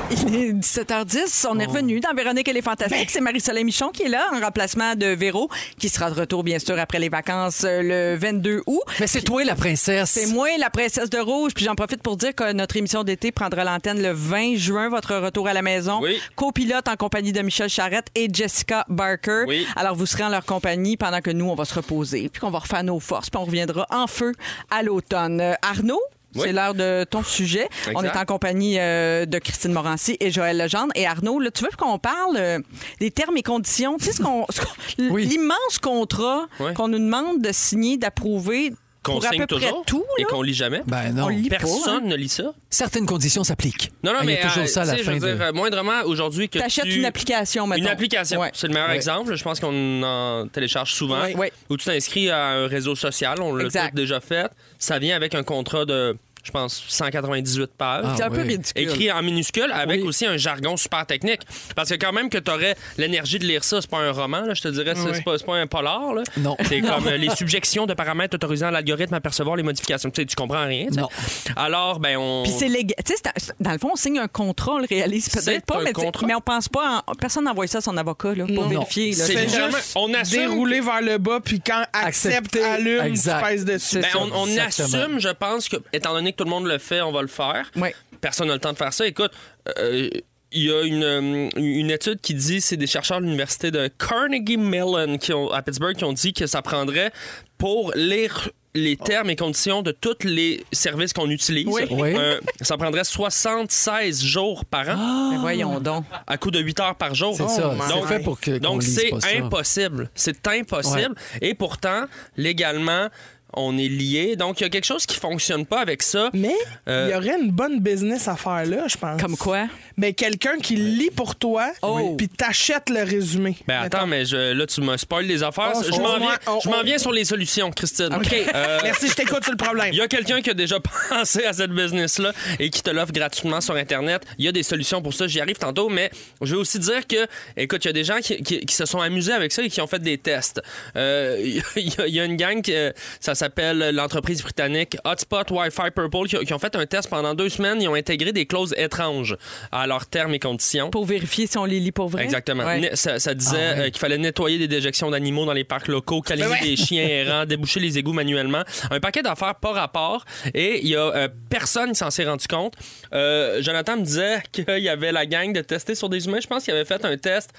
Il est 17h10,
Oh.
on est revenu dans Véronique elle est
Ben.
fantastique. C'est Marie-Soleil Michon qui est là en remplacement de Véro, qui sera de retour bien sûr après les vacances euh, le 22 août.
Mais c'est toi, la princesse.
C'est moi, la princesse de rouge. Puis j'en profite pour dire que notre émission d'été prendra l'antenne le 20 juin, votre retour à la maison.
Oui.
Copilote en compagnie de Michel Charrette et Jessica Barker.
Oui.
Alors vous serez en leur compagnie pendant que nous, on va se reposer, puis qu'on va refaire nos forces, puis on reviendra en feu à l'automne. Euh, Arnaud?
Oui.
C'est l'heure de ton sujet. On est
Exact.
en compagnie euh, de Christine Morancy et Joël Legendre. Et Arnaud, là, tu veux qu'on parle euh, des termes et conditions? Tu sais, ce qu'on- ce qu'on-
Oui.
l'immense contrat
Ouais.
qu'on nous demande de signer, d'approuver
Qu'on
pour à
signe
peu près
toujours
tout.
et
là.
qu'on lit jamais.
Ben non.
Personne ne lit ça.
Certaines conditions s'appliquent.
Non, non,
Ah,
mais
Il y a toujours
euh,
ça à la
tu sais,
fin.
Je veux
de-
dire, euh, moindrement aujourd'hui que
T'achètes
tu-
une application,
Une
mettons.
application,
Ouais.
c'est le meilleur exemple. Je pense qu'on en télécharge souvent.
Ouais. Ouais.
Ou tu t'inscris à un réseau social, on l'a
Exact.
tous déjà fait. Ça vient avec un contrat de, je pense, 198 pages.
Ah,
C'est un peu
ouais.
ridicule.
Écrit en minuscule avec aussi un jargon super technique. Parce que quand même que tu aurais l'énergie de lire ça, c'est pas un roman, là, je te dirais, c'est
Oui.
c'est pas, c'est pas un polar. là.
Non.
C'est comme euh, les subjections de paramètres autorisant l'algorithme à percevoir les modifications. Tu sais, tu comprends rien. tu sais.
Non.
Alors, ben on...
Puis c'est légal. Tu sais, c'est un- c'est- dans le fond, on signe un contrat, on le réalise
C'est
peut-être pas,
un
mais, tu-
contrat.
mais on pense pas. en- personne n'envoie ça à son avocat là, pour vérifier. là.
C'est
C'est
Généralement,
juste
on assume-
dérouler vers le bas, puis quand accepte,
Accepter.
allume,
Exact.
tu pèses dessus.
Ben,
ça,
on, on
exactement.
assume, je pense que, étant donné que tout le monde le fait, on va le faire.
Oui.
Personne n'a le temps de faire ça. Écoute, euh, il y a une, euh, une étude qui dit, c'est des chercheurs de l'université de Carnegie Mellon qui ont, à Pittsburgh qui ont dit que ça prendrait pour lire les termes et conditions de tous les services qu'on utilise.
Oui.
Oui.
Euh, ça prendrait 76 jours par an,
Mais voyons donc.
à coup de 8 heures par jour.
Ah!
Ah,
C'est
Oh
ça.
Donc,
C'est fait pour que. qu'on
donc
lise
c'est
pas ça.
impossible. C'est impossible. Et pourtant, légalement, on est liés. Donc, il y a quelque chose qui fonctionne pas avec ça.
Mais
Euh,
Il y aurait une bonne business à faire là, je pense. Comme
quoi?
Ben, quelqu'un qui lit pour toi, puis t'achètes le résumé.
Oh. Ben attends, mais je- là, tu me spoil les affaires.
Oh,
je m'en
excuse-moi.
viens,
Oh,
je m'en
oh.
viens sur les solutions, Christine.
OK.
euh,
Merci, je t'écoute sur le problème.
Il y a quelqu'un qui a déjà pensé à cette business-là et qui te l'offre gratuitement sur Internet. Il y a des solutions pour ça, j'y arrive tantôt, mais je veux aussi dire que, écoute, il y a des gens qui, qui- qui se sont amusés avec ça et qui ont fait des tests. Euh, Il y, a- il y a une gang, qui, euh, ça s'appelle l'entreprise britannique Hotspot Wi-Fi Purple, qui, qui ont fait un test pendant deux semaines. Ils ont intégré des clauses étranges à leurs termes et conditions.
Pour vérifier si on les lit pour vrai.
Exactement.
Ouais.
Ne- Ça, ça disait
Ah ouais.
euh, qu'il fallait nettoyer des déjections d'animaux dans les parcs locaux, calmer
Ouais.
des chiens errants, déboucher les égouts manuellement. Un paquet d'affaires pas rapport. Et il y a euh, personne qui s'en s'est rendu compte. Euh, Jonathan me disait qu'il y avait la gang de tester sur des humains. Je pense qu'il avait fait un test.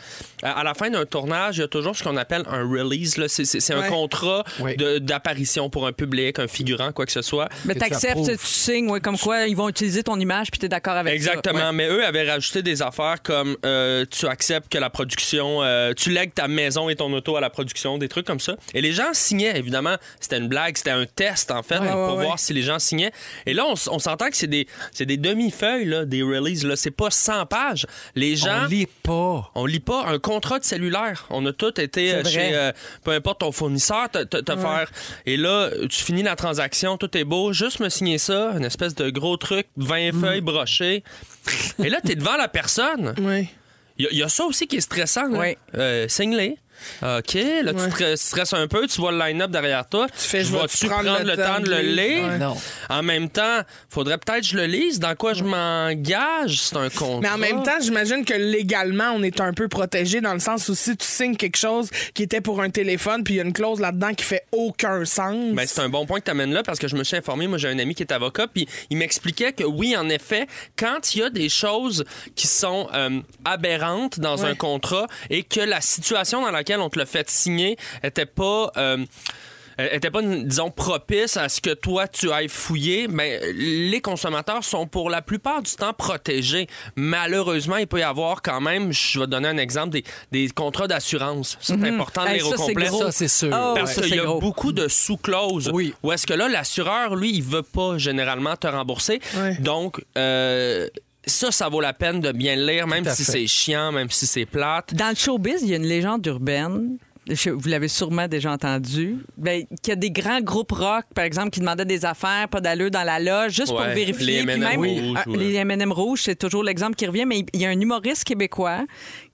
Euh, à la fin d'un tournage, il y a toujours ce qu'on appelle un release. là. C'est- C'est c'est un
Ouais.
contrat de- d'apparition pour un public, un figurant, quoi que ce soit.
Mais t'acceptes, tu signes, ouais, comme quoi ils vont utiliser ton image puis t'es d'accord avec
Exactement,
ça. Ouais.
mais eux avaient rajouté des affaires comme euh, tu acceptes que la production, euh, tu lègues ta maison et ton auto à la production, des trucs comme ça. Et les gens signaient, évidemment, c'était une blague, c'était un test en fait
Ouais,
pour
ouais,
voir
ouais.
si les gens signaient. Et là, on, s- on s'entend que c'est des, c'est des demi-feuilles, là, des releases, là. c'est pas 100 pages. Les gens.
On lit pas.
On lit pas un contrat de cellulaire. On a tous été euh,
vrai.
chez, euh, peu importe ton fournisseur, te, te- te
Ouais.
faire. Et là, tu finis la transaction, tout est beau. Juste me signer ça, une espèce de gros truc, 20 feuilles brochées. Et là, t'es devant la personne.
Oui.
Il y a- il y, a ça aussi qui est stressant. là. Euh, Signe-les. OK, là, tu te stresses un peu, tu vois le line-up derrière toi. Tu fais,
je vais-tu
vas-tu prendre, le temps de le lire?
Ouais. Non.
En même temps, faudrait peut-être que je le lise. Dans quoi je m'engage? C'est un contrat.
Mais en même temps, j'imagine que légalement, on est un peu protégé dans le sens où si tu signes quelque chose qui était pour un téléphone, puis il y a une clause là-dedans qui fait aucun sens.
Ben, c'est un bon point que tu amènes là parce que je me suis informé. Moi, j'ai un ami qui est avocat, puis il m'expliquait que oui, en effet, quand il y a des choses qui sont euh, aberrantes dans
Ouais.
un contrat et que la situation dans laquelle on te l'a fait signer était pas. euh, euh, était pas, disons, propice à ce que toi, tu ailles fouiller, mais les consommateurs sont pour la plupart du temps protégés. Malheureusement, il peut y avoir quand même, je vais te donner un exemple, des, des contrats d'assurance. C'est
Mhm.
important de
Hey,
les
ça, c'est
recompléter.
gros. Ça, c'est sûr. Oh,
Parce
ça,
qu'il y
c'est
a
gros.
beaucoup de sous-clauses. Oui. Où est-ce que là, l'assureur, lui, il veut pas généralement te rembourser. Donc, euh, ça, ça vaut la peine de bien le lire, même
à
si
fait.
c'est chiant, même si c'est plate.
Dans le showbiz, il y a une légende urbaine. je- vous l'avez sûrement déjà entendu. Ben, qu'il y a des grands groupes rock, par exemple, qui demandaient des affaires, pas d'allure dans la loge, juste pour
Ouais,
vérifier.
les
puis
M&M
même-
rouges,
Ah,
ouais.
les M&M rouges, c'est toujours l'exemple qui revient, mais il y a un humoriste québécois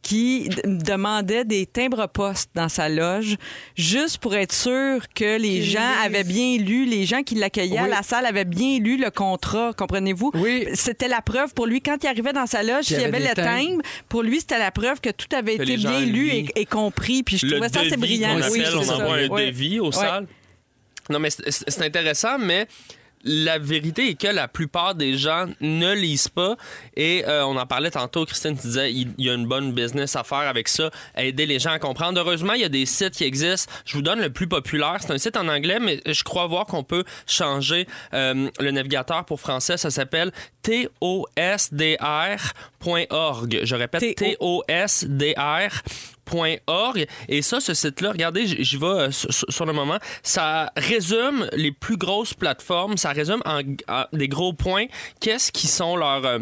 qui d- demandait des timbres-postes dans sa loge, juste pour être sûr que les gens avaient bien lu, les gens qui l'accueillaient à
Oui.
la salle avaient bien lu le contrat, comprenez-vous? C'était la preuve pour lui. Quand il arrivait dans sa loge, s'il
Qu'il y
y avait
avait
le
des
timbre,
timbres.
pour lui, c'était la preuve que tout avait
Que
été
les gens
bien lu
lient.
et, et compris. Puis je
le
trouvais ça assez
devis
brillant.
qu'on appelle,
c'est
on
ça.
envoie un
Ouais.
devis aux
Ouais.
salles. Non, mais c'est- c'est c'est intéressant, mais la vérité est que la plupart des gens ne lisent pas. Et euh, on en parlait tantôt, Christine, tu disais, il il y a une bonne business à faire avec ça, aider les gens à comprendre. Heureusement, il y a des sites qui existent. Je vous donne le plus populaire. C'est un site en anglais, mais je crois voir qu'on peut changer euh, le navigateur pour français. Ça s'appelle tosdr.org. Je répète, tosdr org et ça ce site là regardez j- j'y vais euh, sur, sur le moment ça résume les plus grosses plateformes ça résume en, en des gros points qu'est-ce qui sont leurs euh,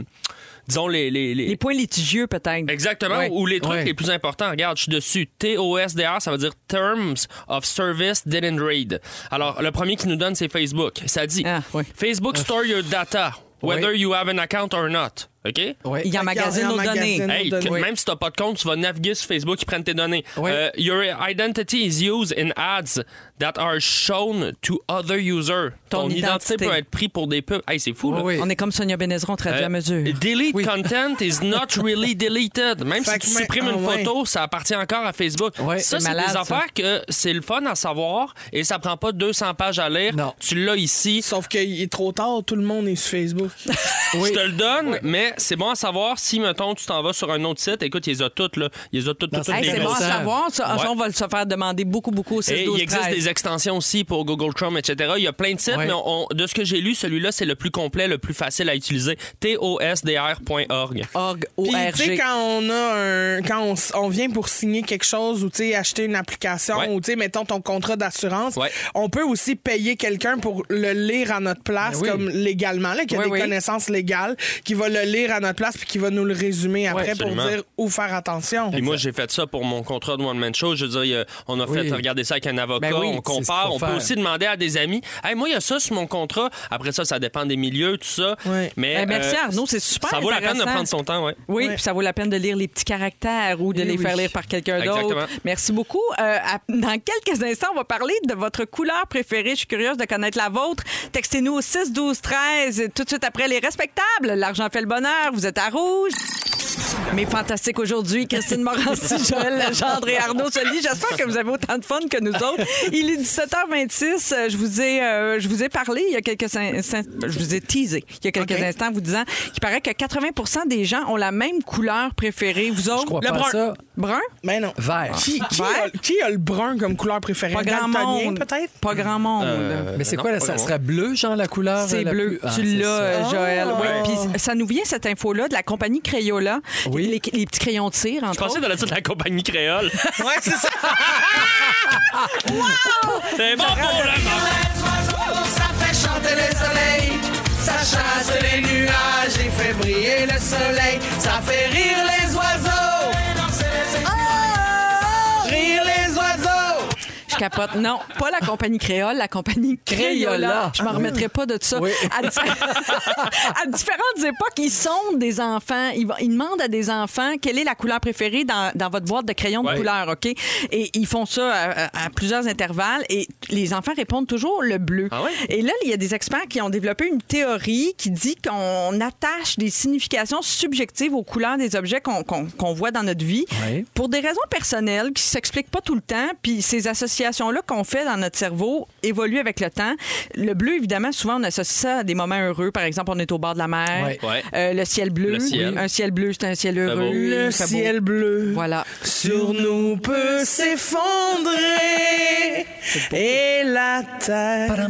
disons les les, les-
Les points litigieux, peut-être.
Exactement,
Ouais.
ou les trucs
Ouais.
les plus importants. Regarde, je suis dessus. TOSDR, ça veut dire Terms of Service Didn't Read. Alors, le premier qui nous donne, c'est Facebook. Ça dit
Ah,
Facebook store your data, whether you have an account or not. OK?
Il emmagasine nos données.
Hey, que- Même si t'as pas de compte, tu vas naviguer sur Facebook, ils prennent tes données. Euh, your identity is used in ads that are shown to other users.
Ton identité.
peut être prise pour des pubs. Hey, c'est fou, là.
On est comme Sonia Benezron, traduit
Euh,
à mesure.
Delete content is not really deleted. Même
Fait
si
que
tu
mais-
supprimes
ah
une
ouais.
photo, ça appartient encore à Facebook. ça,
C'est
c'est
malade,
des
ça.
affaires que c'est le fun à savoir et ça prend pas 200 pages à lire. Tu l'as ici.
Sauf qu'il est trop tard, tout le monde est sur Facebook.
Je te le donne, mais mais c'est bon à savoir si, mettons, tu t'en vas sur un autre site. Écoute, ils les ont toutes, là. Ils les ont toutes, toutes, toutes
Hey,
les
c'est bon à
grosses.
savoir. Ça,
Ouais.
ça, on va se faire demander beaucoup, beaucoup au 6
Et
12
il existe
13.
des extensions aussi pour Google Chrome, etc. Il y a plein de sites, mais on- on- de ce que j'ai lu, celui-là, c'est le plus complet, le plus facile à utiliser. tosdr.org.
Org,
Puis, tu sais, quand on a un, quand on, s- on vient pour signer quelque chose ou tu sais, acheter une application ou tu sais, mettons ton contrat d'assurance, on peut aussi payer quelqu'un pour le lire à notre place,
Ben oui.
comme légalement, là, qui a
Oui,
des
oui.
connaissances légales, qui va le lire à notre place puis qui va nous le résumer après pour
absolument.
dire où faire attention.
Puis moi, j'ai fait ça pour mon contrat de one-man show. Je veux dire, il y a- on a
Oui.
fait regarder ça avec un avocat,
Ben oui, c'est
on
ce qu'il
compare.
faut
On peut
faire.
aussi demander à des amis Hey, moi, il y a ça sur mon contrat. Après ça, ça dépend des milieux, tout ça. Mais, euh,
Ben, merci, Arnaud, c'est super
Ça vaut la peine de
intéressant.
prendre son temps, ouais.
Oui, puis ça vaut la peine de lire les petits caractères ou de
Oui,
les
oui.
faire lire par quelqu'un
Exactement.
d'autre. Merci beaucoup. Euh, à- dans quelques instants, on va parler de votre couleur préférée. Je suis curieuse de connaître la vôtre. Textez-nous au 6 12 13 tout de suite après les respectables. L'argent fait le bonheur. Vous êtes à rouge. Mais fantastique aujourd'hui, Christine Morancy, Joël Legendre et Arnaud Soli. J'espère que vous avez autant de fun que nous autres. Il est 17h26. Euh, Je vous ai, euh, je vous ai parlé il y a quelques cin- cin- je vous ai teasé il y a quelques instants en vous disant qu'il paraît que 80 des gens ont la même couleur préférée. Vous autres,
crois Le pas à brun. ça.
Brun?
Mais Ben non.
Vert.
Qui, qui a, qui a le brun comme couleur préférée?
Pas grand
Daltonien,
monde.
peut-être?
Pas grand monde.
Ben,
Euh,
Mais c'est quoi,
non,
là,
pas
ça
vraiment.
serait bleu, genre, la couleur?
C'est
la
bleu.
plus- Ah,
tu
c'est
l'as,
ça.
euh, Joël. Oui.
Ouais.
Puis ça nous vient, cette info-là, de la compagnie Crayola. Oui. Les, les petits crayons de cire, entre
Je pensais
autres.
de la, de la compagnie créole.
ouais, c'est ça.
C'est bon pour le
Ça fait chanter le soleil, ça chasse les nuages et fait briller le soleil, ça fait rire les oiseaux. Oh, Rire les oiseaux.
Je capote. Non, pas la compagnie créole, la compagnie Crayola.
Crayola.
Je m'en remettrai pas de ça. À, diffé- à différentes époques, ils sont des enfants. Ils, vont- ils demandent à des enfants quelle est la couleur préférée dans, dans votre boîte de crayons de
Ouais.
couleur, OK? Et ils font ça à, à- à plusieurs intervalles et les enfants répondent toujours le bleu. Et là, il y a des experts qui ont développé une théorie qui dit qu'on attache des significations subjectives aux couleurs des objets qu'on qu'on- qu'on voit dans notre vie pour des raisons personnelles qui s'expliquent pas tout le temps, puis ces associations-là qu'on fait dans notre cerveau évoluent avec le temps. Le bleu, évidemment, souvent on associe ça à des moments heureux. Par exemple, on est au bord de la mer,
Ouais. Ouais.
Euh, le ciel bleu,
Le ciel.
un ciel bleu, c'est un ciel heureux.
beau. Le
Fait beau.
ciel bleu.
Voilà.
Sur nous peut s'effondrer et la terre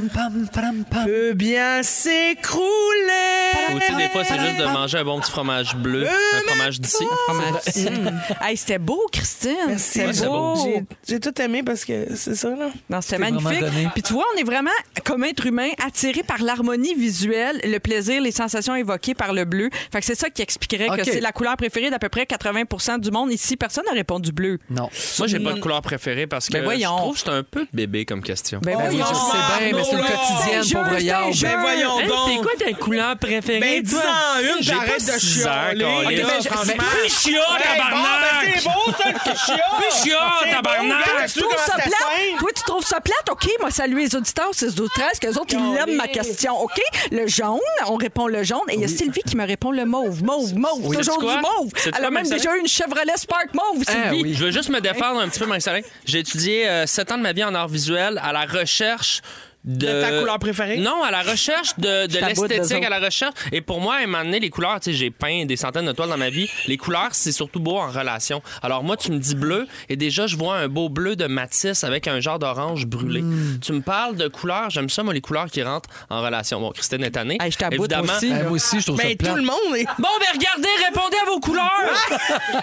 peut bien
Ou
s'écrouler.
tu sais, des fois, c'est juste de manger un bon petit fromage bleu,
Euh,
un fromage d'ici.
Mm. hey, c'était beau, Christine.
Ouais,
C'était
c'est beau.
beau.
Ah, J'ai- J'ai tout aimé parce que c'est ça, là.
Non, c'était
C'était
magnifique.
vraiment donné.
Puis tu vois, on est vraiment, comme être humain, attiré par l'harmonie visuelle, le plaisir, les sensations évoquées par le bleu. Fait que c'est ça qui expliquerait
OK.
que c'est la couleur préférée d'à peu près 80 du monde. Ici, personne n'a répondu bleu.
Non.
Moi, j'ai pas de couleur préférée parce que
Ben
je
voyons.
trouve que c'est un peu bébé comme question.
Ben Ben oui, voyons. je sais bien, mais c'est une quotidienne, Je pauvre te Yann. jure.
Ben voyons
Hein,
donc.
c'est quoi
ta couleur préférée?
Ben,
toi?
dis-en une,
J'ai pas
j'arrête de
six heures,
chialer.
Colin.
Ok, ben, je-
Franchement.
ben,
Fais chier,
Ouais,
tabarnak!
bon, ben, c'est beau, ça, le fais chier.
Fais chier,
C'est beau,
tabarnak!
regarde,
Tu
tu
trouves
comment
ça
c'était
plate? Toi, tu trouves ça plate? OK, moi, salut les auditeurs, c'est 12 13 qu'eux autres, ils aiment ma question. OK? Le jaune, on répond le jaune. Et il y a Sylvie qui me répond le mauve. Mauve, mauve,
Oui.
toujours
Sais-tu quoi?
du mauve.
Sais-tu
Elle
quoi,
a même
Marie-Soleil?
déjà eu une Chevrolet Spark
Eh
mauve, Sylvie.
Je veux juste me défendre un petit peu, Marie Salin. J'ai étudié 7 ans de ma vie en art visuel à la recherche de...
De ta couleur préférée?
Non, à la recherche de, de
Je t'aboute,
l'esthétique,
désolé.
à la recherche. Et pour moi, à un moment donné, les couleurs, tu sais, j'ai peint des centaines de toiles dans ma vie. Les couleurs, c'est surtout beau en relation. Alors moi, tu me dis bleu, et déjà, je vois un beau bleu de Matisse avec un genre d'orange brûlé. Tu me parles de couleurs, j'aime ça, moi, les couleurs qui rentrent en relation. Bon, Christine est tannée.
je t'aboute aussi,
Euh,
là. Ouais, moi aussi, je
Ben,
trouve ça
Mais
plate.
tout le monde.
est-
Bon, ben regardez, répondez à vos couleurs!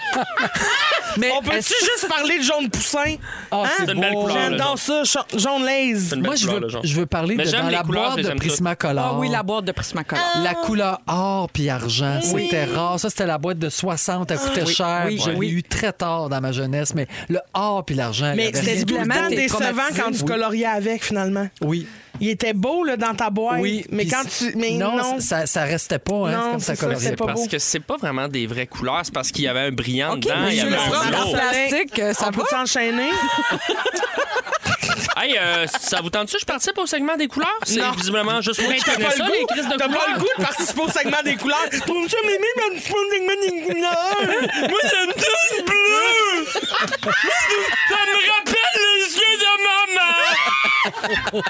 Mais on peut-tu juste parler de jaune poussin? Hein?
c'est une belle couleur, le
J'adore ça, cha- jaune laise.
Moi, je veux, je veux parler de dans la boîte de Prismacolor.
Ah oui, la boîte de Prismacolor.
Ah.
La couleur or puis argent,
Oui.
c'était rare. Ça, c'était la boîte de 60, elle coûtait
Oui,
cher.
oui,
je l'ai
oui.
eu très tard dans ma jeunesse, mais le or puis l'argent...
Mais
il y avait
c'était
rien
tout le
dedans.
temps décevant quand tu
Oui.
coloriais avec, finalement.
Oui.
Il était beau, là, dans ta boîte.
Oui,
Mais
puis
quand
c'est-
tu. Mais non.
non, ça, ça restait pas, hein,
Non,
c'est comme
c'est
ça
ça,
coloriait
c'est pas
pas.
Parce que c'est pas vraiment des vraies couleurs, c'est parce qu'il y avait un brillant
OK,
dedans. Ah, Il y
monsieur le
avait un
prof
glow.
d'art plastique, euh, ça peut s'enchaîner.
Hey, euh, ça vous tente-tu que je participe au segment des couleurs? C'est
Non.
visiblement juste moi
Mais
qui
t'as
connais
pas
ça,
le
les
goût,
crises de
t'as
couleurs.
pas le goût de participer au segment des couleurs. Trouve ça, mais mais, mais, mais, mais, mais, mais, mais, Moi, j'aime ça, le bleu.
Ça me rappelle les yeux de maman.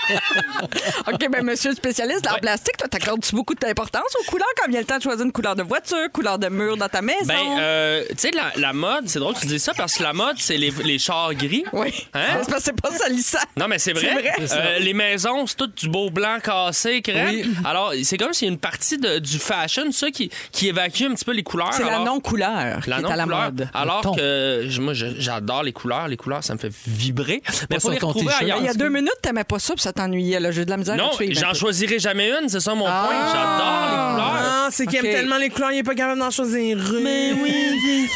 OK, ben monsieur le spécialiste en plastique, toi, t'accordes-tu beaucoup d'importance aux couleurs quand vient le temps de choisir une couleur de voiture, couleur de mur dans ta maison?
Ben, euh, tu sais, la, la mode, c'est drôle que tu dis ça parce que la mode, c'est les, les chars gris.
Oui.
Hein?
C'est parce que c'est pas salissant.
Non, mais c'est vrai.
C'est vrai. C'est ça.
Euh, les maisons, c'est tout du beau blanc cassé, crème.
Oui.
Alors, c'est comme s'il y a une partie de- du fashion, ça, qui, qui évacue un petit peu les couleurs.
C'est la
Ah, Alors-
non-couleur qui est à la
non-couleur.
mode. Le
Alors
ton.
que je- moi, je- j'adore les couleurs. Les couleurs, ça me fait vibrer. Mais faut les retrouver
Mais
ailleurs.
Il y a deux minutes, t'aimais pas ça, puis ça t'ennuyait. là. J'ai de la misère
Ah, Non,
à te suivre un
j'en
peu.
choisirai jamais une, c'est ça mon point.
Ah!
J'adore les couleurs.
Ah, c'est qu'il aime tellement les couleurs, il est pas capable d'en choisir une. Mais oui,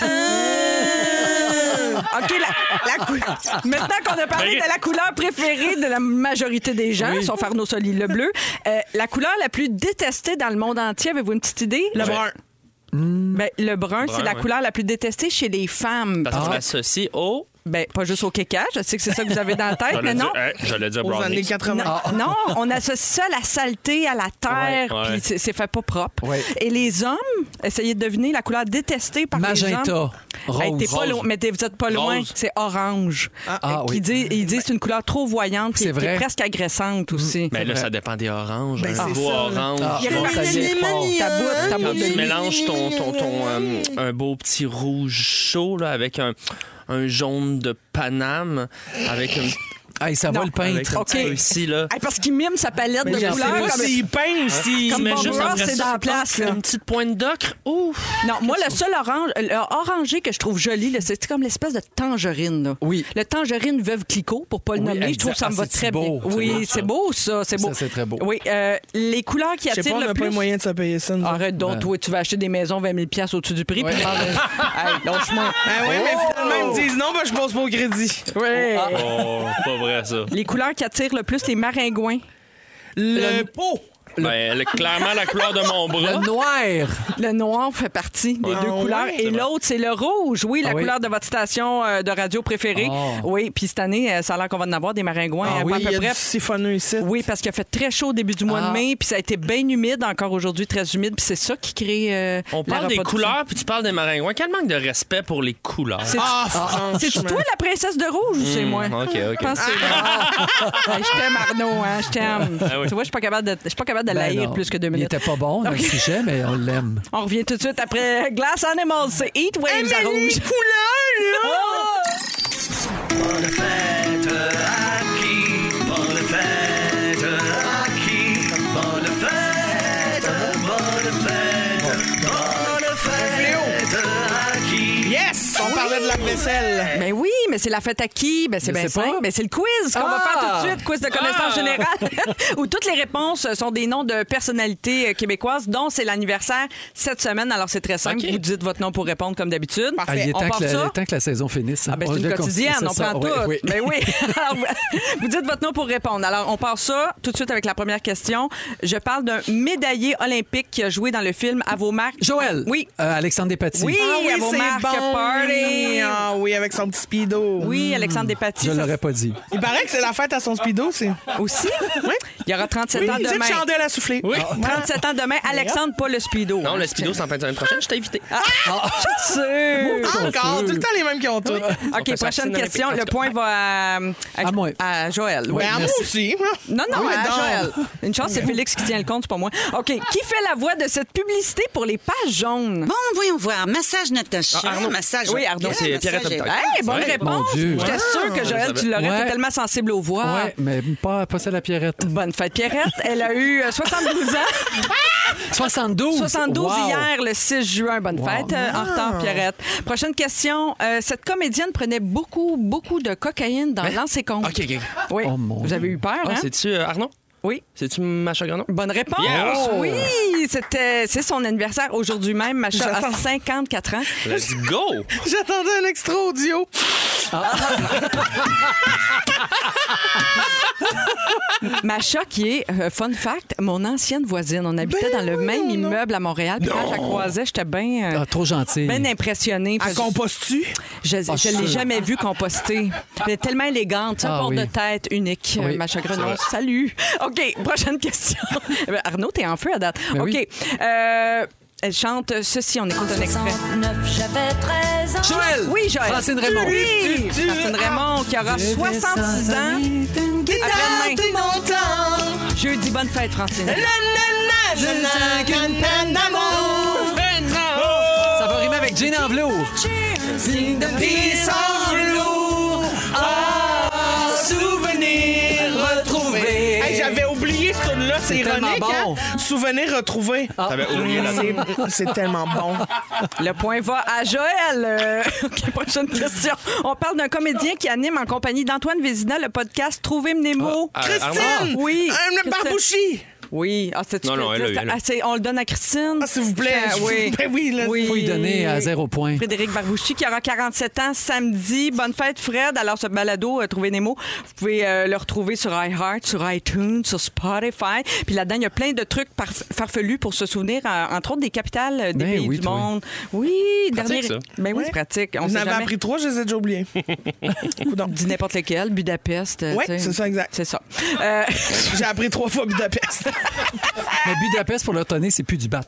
OK, la, la cou- maintenant qu'on a parlé de la couleur préférée de la majorité des gens, sont faire nos solis le bleu, euh, la couleur la plus détestée dans le monde entier, avez-vous une petite idée?
Le brun.
Ben, le brun,
Brun,
c'est la
ouais.
couleur la plus détestée chez les femmes.
Parce que
Ah.
je l'associe au.
Ben, pas juste au caca, je sais que c'est ça que vous avez dans la
Je
tête,
l'ai
mais
dit-
non.
hey, je l'ai dit à Brownies.
Non, non, on associe ça à la saleté, à la terre,
Ouais.
puis
Ouais.
c'est- c'est fait pas propre.
Ouais.
Et les hommes, essayez de deviner la couleur détestée par les
Magenta.
hommes.
Rose.
t'es pas
Rose.
loin, mais t'es- vous êtes pas loin,
Rose.
c'est orange.
Ah,
Qui
oui.
dit- ils disent c'est une couleur trop voyante, puis
C'est
qui est
vrai.
presque agressante aussi.
Mais là, ça dépend des oranges.
Ben,
un
c'est
beau
ça, là.
orange.
Ah,
bon,
bon, ça y est,
Quand
bon. Ta boîte, ta boîte
tu
de-
mélanges ton, ton, ton, euh, un beau petit rouge chaud là, avec un, un jaune de Paname, avec une.
oh. Hey, ça va le
Ben,
peintre.
OK. Ici, là.
Hey, parce qu'il mime sa palette de couleurs. comme- Hein? Ah, Comme Bob Ross, c'est dans la place. là.
Une petite pointe d'ocre. Ouf!
Non, moi, le seul orange, le orangé que je trouve joli, là, c'est comme l'espèce de tangerine. Là. Oui. Le tangerine veuve Clicquot, pour pas le
Oui,
nommer, je trouve que ça me
exact.
va
Ah, c'est
très
beau.
bien.
C'est
Oui,
beau,
c'est beau, ça. C'est beau.
Ça, c'est très beau.
Oui, euh, les couleurs qui
Je sais
attirent
pas, on
le
n'a pas
plus. Ah.
les moyens de se payer ça.
Arrête donc, toi, tu vas acheter des maisons 20 000 piastres au-dessus du prix, puis demander- Hey, lâche-moi.
Ben oui, mais
Oh!
finalement, ils me disent non, ben je passe pas au crédit.
Ouais.
Oh, pas vrai, ça.
Ah. Les couleurs qui attirent le plus les maringouins.
Le, pot.
Ben, le- clairement, la couleur de mon bras.
noir.
Le noir fait partie des
Ouais.
deux
Ah
couleurs.
ouais?
Et
C'est vrai.
l'autre, c'est le rouge. Oui, la
Ah oui.
couleur de votre station euh, de radio préférée. Oui, puis cette année, euh, ça a l'air qu'on va en avoir des maringouins.
Ah
euh,
oui,
pas à
il
peu
y a
près.
du siphonneux ici.
Oui, parce qu'il a fait très chaud au début du mois
Ah.
de mai, puis ça a été bien humide encore aujourd'hui, très humide, puis c'est ça qui crée. euh,
On
la
parle des
reproduction.
couleurs, puis tu parles des maringouins. Quel manque de respect pour les couleurs.
C'est
Ah,
c'est Ah. toi la princesse de rouge ou c'est
Hmm,
moi?
ok, ok.
Je pense que c'est moi. Hey, Je t'aime, Arnaud, hein, je t'aime.
Ah oui.
Tu vois, je suis pas capable de, je suis pas capable de
Ben
l'haïr plus que deux minutes.
Ben Il était pas bon, le
Ok.
sujet, mais on l'aime.
On revient tout de suite après Glass Animals, c'est Heat Waves à rouge. Oh!
Bonne fête à qui Bonne fête à qui Bonne fête, bonne fête, bonne fête à qui
Yes! On parlait de la vaisselle.
Ben oui, mais c'est la fête à qui? Ben c'est
Je
bien
sais
simple.
pas.
Ben c'est le quiz qu'on va
Ah!
faire tout de suite, quiz de connaissance
Ah!
générale, où toutes les réponses sont des noms de personnalités euh, québécoises, dont c'est l'anniversaire cette semaine. Alors c'est très simple. Vous dites votre nom pour répondre comme d'habitude.
Ah, il, est
On
temps
part
que la, il
ça.
est temps que la saison finisse.
Ah ben,
On
c'est une
le
quotidienne,
considère,
on
c'est
prend
ça,
tout.
oui, oui.
Ben oui. Alors, vous- vous dites votre nom pour répondre. Alors, on part ça tout de suite avec la première question. Je parle d'un médaillé olympique qui a joué dans le film À vos marques.
Joël.
Oui.
Euh, Alexandre Despatie.
Oui,
Ah oui,
à vos
c'est
marques,
bon.
party.
Ah oui, avec son petit speedo.
Oui, Alexandre Despatie.
Hmm. Je
ça-
l'aurais pas dit.
Il paraît que c'est la fête à son speedo, c'est.
Aussi?
Oui.
Il y aura 37
Oui,
ans
une petite
demain.
chandelle à souffler.
Oui.
Ah, 37 ans demain, Alexandre, pas le Speedo.
Non, le speedo, c'est en fin de semaine prochaine. Je t'ai invité.
Ah, je suis sûre.
Ah,
Encore, tout le temps les mêmes qui ont tout.
On fait
OK,
ça
prochaine
sans
question.
répéter.
Le point va à, à- à Joël.
Ben, à moi aussi. Ah
Non, non,
Oui,
à
donc.
Joël. Une chance, c'est Félix qui tient le compte, c'est pas moi. OK, qui fait la voix de cette publicité pour les pages jaunes?
Bon, voyons voir. Massage Natacha.
Ah, Arnaud.
Massage.
Oui, Arnaud.
Pierre,
C'est
massage
Pierrette
Hébert.
Hébert. Hey, bonne Ouais. réponse. Mon Dieu. J'étais sûre que Joël, tu l'aurais, t'es tellement sensible aux voix.
Oui, mais pas, pas celle à Pierrette.
Bonne fête, Pierrette. Elle a eu euh, 72 ans.
72?
72
Wow.
hier, le 6 juin. Bonne
Wow.
fête. Euh, En retard, Pierrette. Prochaine question. Euh, cette comédienne prenait beaucoup, beaucoup de cocaïne dans L'An ses comptes.
OK, OK.
Oui. Vous avez eu peur,
Ah,
hein?
C'est-tu euh, Arnaud?
Oui.
C'est-tu Macha Granon?
Bonne réponse. Oh,
Yes.
Oui, c'était c'est son anniversaire aujourd'hui même, Macha a
J'attends.
54 ans.
Let's go!
J'attendais un extra audio.
Macha qui est euh, fun fact, mon ancienne voisine. On habitait dans le même immeuble à Montréal. Puis quand je la croisais, j'étais bien euh,
Ah, trop gentil.
bien impressionnée.
Elle
compose-tu?
Je
Pas
ne l'ai
sûr.
jamais vue composter. Elle est tellement élégante, ça
Ah
porte
oui.
de tête unique,
Oui,
Macha
c'est
Grenon.
vrai.
Salut. OK, prochaine question. Eh ben, Arnaud, t'es en feu à date.
Ben
OK.
oui.
Euh, elle chante ceci, on écoute un extrait.
69, j'avais 13
Joël!
Oui, Joël.
Francine Raymond.
Oui,
Tu- tu-
Francine Raymond qui aura 66 ans.
guitare
Après-demain.
de mon temps.
Jeudi, bonne fête, Francine.
La, la, la, Je ne sens qu'une peine d'amour.
Oh!
Ça va rimer avec Jane en velours.
In the peace of blue. Ah, souvenir retrouvé.
Hey, J'avais oublié ce tune-là, c'est Ah,
C'est tellement
ironique.
bon.
Hein? Souvenir retrouvé.
Ah.
T'avais oublié la
C'est- C'est tellement bon.
Le point va à Joël. Euh, OK, prochaine question. On parle d'un comédien qui anime en compagnie d'Antoine Vézina le podcast Trouver Mnemo.
Ah, Christine! Armand.
Oui!
Euh, le
Barbouchi! Oui, ah, c'est
Non, non, elle a eu, elle a eu.
On le donne à Christine.
s'il vous plaît,
Ah,
je-
oui.
ben oui, là,
Faut y donner à zéro point.
Frédéric Barbouchi qui aura 47 ans samedi. Bonne fête, Fred. Alors, ce balado, euh, Trouver Nemo, vous pouvez euh, le retrouver sur iHeart, sur iTunes, sur Spotify. Puis là-dedans, il y a plein de trucs parf- farfelus pour se souvenir, euh, entre autres, des capitales euh, des
Ben
pays
oui,
du
toi.
monde. Oui,
Pratique,
dernier.
ça.
Ben oui, c'est pratique. On
J'en
sait
avais
jamais.
appris trois, je les ai déjà oubliés.
Dis n'importe lequel, Budapest. euh,
Oui,
tu sais.
c'est ça, exact.
C'est ça. Euh,
J'ai appris trois fois Budapest.
Mais Budapest, pour le tonner, c'est plus du bat.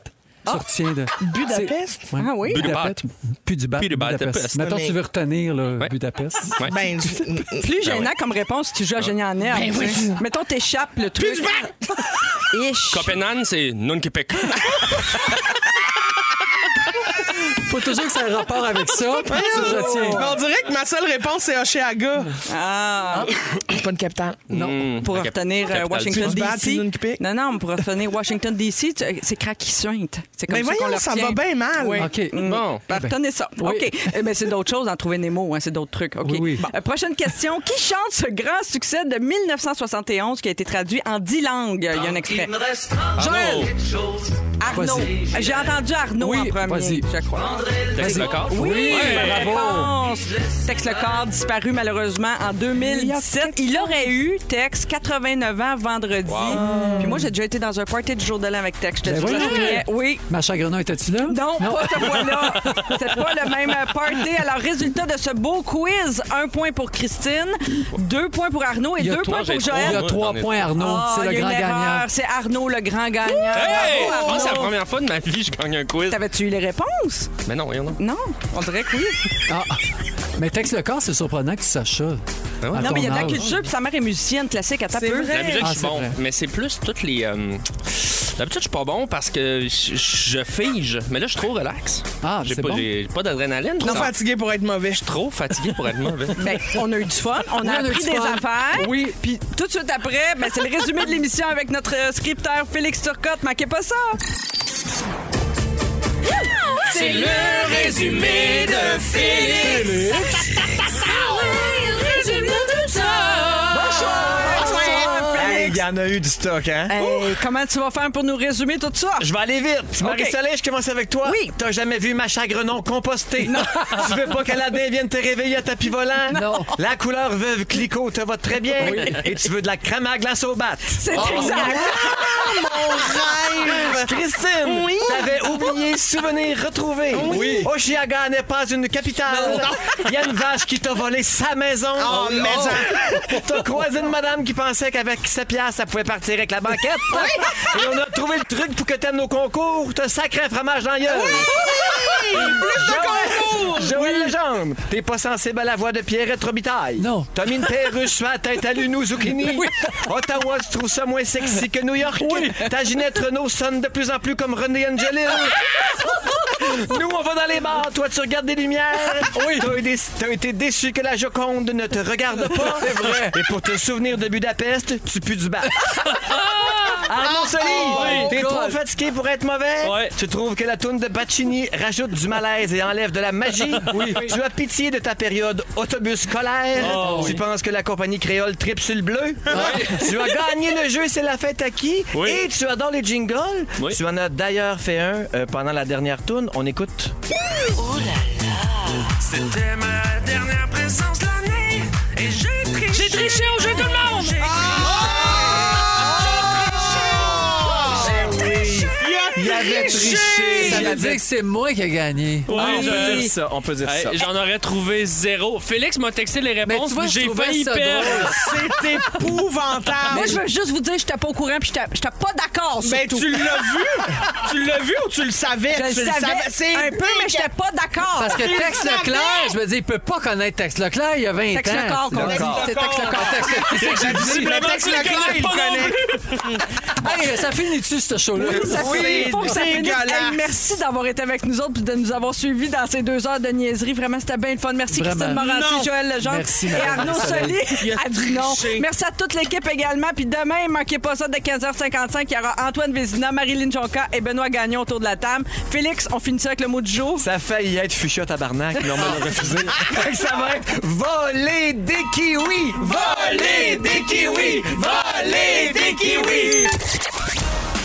Tu retiens de.
Budapest?
Ouais.
Ah oui?
Budapest. Plus du bat.
Plus du bat, Budapest.
Maintenant,
Mais-
tu veux retenir le Budapest.
Ouais.
Ben, je-
Plus gênant
ouais.
comme réponse si tu joues à Génie en herbe.
Ben oui.
tu sais. Mettons, t'échappes le truc.
Plus du bat!
Ish.
Copenhague, c'est Nunkipik.
Faut toujours que ça ait rapport avec ça. puis tu le
Mais
retiens.
on dirait que ma seule réponse, c'est Oshéaga.
Ah,
C'est pas une capitale.
non. Pour
la cap-
retenir
Hmm,
euh,
capitale
Washington
du Sud. Tu nous
DC.
piques.
Non, non, mais pour retenir Washington DC, tu- euh, c'est craquissante. C'est comme
Mais
ça qu'on
voyons,
le
ça
retient.
va bien mal.
Oui.
OK.
Mm.
Bon.
Ben, retenez ça.
Oui.
OK. Eh, Mais c'est d'autres choses, en trouver Nemo, hein, c'est d'autres trucs. OK.
Oui, oui.
Bon. Euh, prochaine question. Qui chante ce grand succès de 1971 qui a été traduit en 10 langues? Il y a un extrait.
Joël!
Arnaud.
Vas-y.
J'ai entendu Arnaud
Oui,
en premier,
vas-y.
je crois.
Texte le corps.
Oui,
Ouais.
bonne réponse. Tex Le Corps disparu malheureusement en 2017. Il aurait eu, Tex, 89 ans vendredi. Puis moi, j'ai déjà été dans un party du jour de l'an avec Tex. Je te
Ben
dis,
voyons.
je riais. Oui.
Macha Grenon, étais-tu là?
Non, pas cette fois-là. C'est pas le même party. Alors, résultat de ce beau quiz, un point pour Christine, deux points pour Arnaud et
Il y a
deux
trois,
points pour
j'ai
Il y
Joël.
a
Moi,
trois
j'en ai-
points, Arnaud.
Ah,
c'est
il y
le
a
grand
une erreur.
gagnant.
C'est Arnaud le grand gagnant.
Hey!
Bravo,
Moi, c'est la
Arnaud.
première fois de ma vie que je gagne un quiz.
T'avais-tu eu les réponses?
Mais non, rien non.
Non, on dirait que oui.
Ah. Mais Tex le corps, c'est surprenant que tu saches ça.
Ah ouais?
À
Non, mais il y a de la
ton âge.
culture, puis sa mère est musicienne classique à ta
C'est
peu.
vrai.
La musique,
Ben Ah,
je suis
c'est
bon,
vrai.
mais c'est plus toutes les. euh, D'habitude, je suis pas bon parce que je, je fige, mais là, je suis trop relax.
Ah,
j'ai
c'est
pas,
bon.
j'ai pas d'adrénaline.
Trop
Ça-
fatigué pour être mauvais.
Je suis trop fatigué pour être mauvais.
Ben, on a eu du fun, on
Oui,
a
on a eu
appris
du
des
fun.
affaires. Oui. Puis tout de suite après, ben, c'est le résumé de l'émission avec notre euh, scripteur Félix Turcotte. Manquez pas ça.
C'est le résumé de Félix.
Ah
Hey, il y en a eu du stock, hein?
Hey, comment tu vas faire pour nous résumer tout ça?
Je vais aller vite. Marie-Soleil, je commence avec toi.
Oui.
T'as jamais vu ma chagrenon compostée. tu veux pas qu'Aladin vienne te réveiller à tapis volant?
Non.
La couleur veuve Clicot te va très bien. Et tu veux de la crème à glace au bat.
C'est exact.
Christine, t'avais oublié souvenir retrouvé. Oui. Oshiaga n'est pas une capitale. Il y a une vache qui t'a volé sa maison.
Oh, maison.
T'as croisé une madame qui pensait qu'avec 7 piastres, ça pouvait partir avec la banquette. Et on a trouvé le truc pour que t'aimes nos concours. T'as sacré un fromage dans la gueule. Joël- Joël Legendre, t'es pas sensible à la voix de Pierrette Robitaille.
Non.
T'as mis une perruche sur la tête à l'Uno Zucchini. Ottawa, tu trouves ça moins sexy que New York. Ta Ginette Renault sonne de plus en plus comme René Angelil. Nous, on va dans les bars. Toi, tu regardes des lumières. Oui. T'as eu des- t'as été déçu que la Joconde ne te regarde pas. C'est vrai. Et pour te souvenir de Budapest, tu pues du bas. Arnaud Soli, t'es trop fatigué pour être mauvais.
Ouais.
Tu trouves que la toune de Bacchini rajoute du malaise et enlève de la magie. Tu as pitié de ta période autobus scolaire.
Ah,
tu penses que la compagnie créole tripe sur le bleu. Ah. Tu as gagné le jeu, c'est la fête à qui?
Oui.
Et tu adores les jingles.
Oui.
Tu en as d'ailleurs fait un euh, pendant la dernière toune. On écoute.
C'était ma dernière présence de l'année et j'ai triché. J'ai triché au jeu de le Oh. monde. J'ai triché. J'ai triché.
Il a
Il avait triché.
Ça
Il
veut
avait-
dire que c'est moi qui ai gagné.
Oui. Ah, on peut dire ça, on peut dire ça.
J'en aurais trouvé zéro. Félix m'a texté les réponses,
tu vois,
puis
je
j'ai
trouvais
failli
ça
perdre.
drôle.
C'est épouvantable.
Moi, je veux juste vous dire, j'étais pas au courant puis j'étais j'étais pas d'accord.
Ben,
surtout.
tu l'as vu! tu l'as vu ou tu le savais?
Je le
tu
savais
C'est
un peu, mais j'étais pas d'accord.
Parce que
Tu le
Tex
savais.
Leclerc, je me dis, il peut pas connaître Tex Leclerc il y a 20
Tex
ans.
Lecor, qu'on dit, c'est Tex Lecor.
Tex- Qu'est-ce que j'ai dit?
Visiblement,
Le Tex
tu le
Leclerc,
connais
il
pas
le connaît. Hey, ça finit-tu, ce show-là?
Ça finit, il faut que ça finisse. Hey, merci d'avoir été avec nous autres et de nous avoir suivis dans ces deux heures de niaiserie. Vraiment, c'était bien le fun. Merci
Vraiment.
Christine Morancy,
Non.
Joël Legendre
Merci,
et
Madame
Arnaud Soli.
Soleil.
Il a
a dit non.
triché.
Merci à toute l'équipe également. Puis demain, manquez pas ça de 15h55. Il y aura Antoine Vézina, Marilyn Jonca et Benoît Gagnon autour de la table. Félix, on finit ça avec le mot du jour.
Ça a failli être fuchsia tabarnak, mais on m'a refusé. Fait que ça va être voler des kiwis! Voler des kiwis! Voler des kiwis!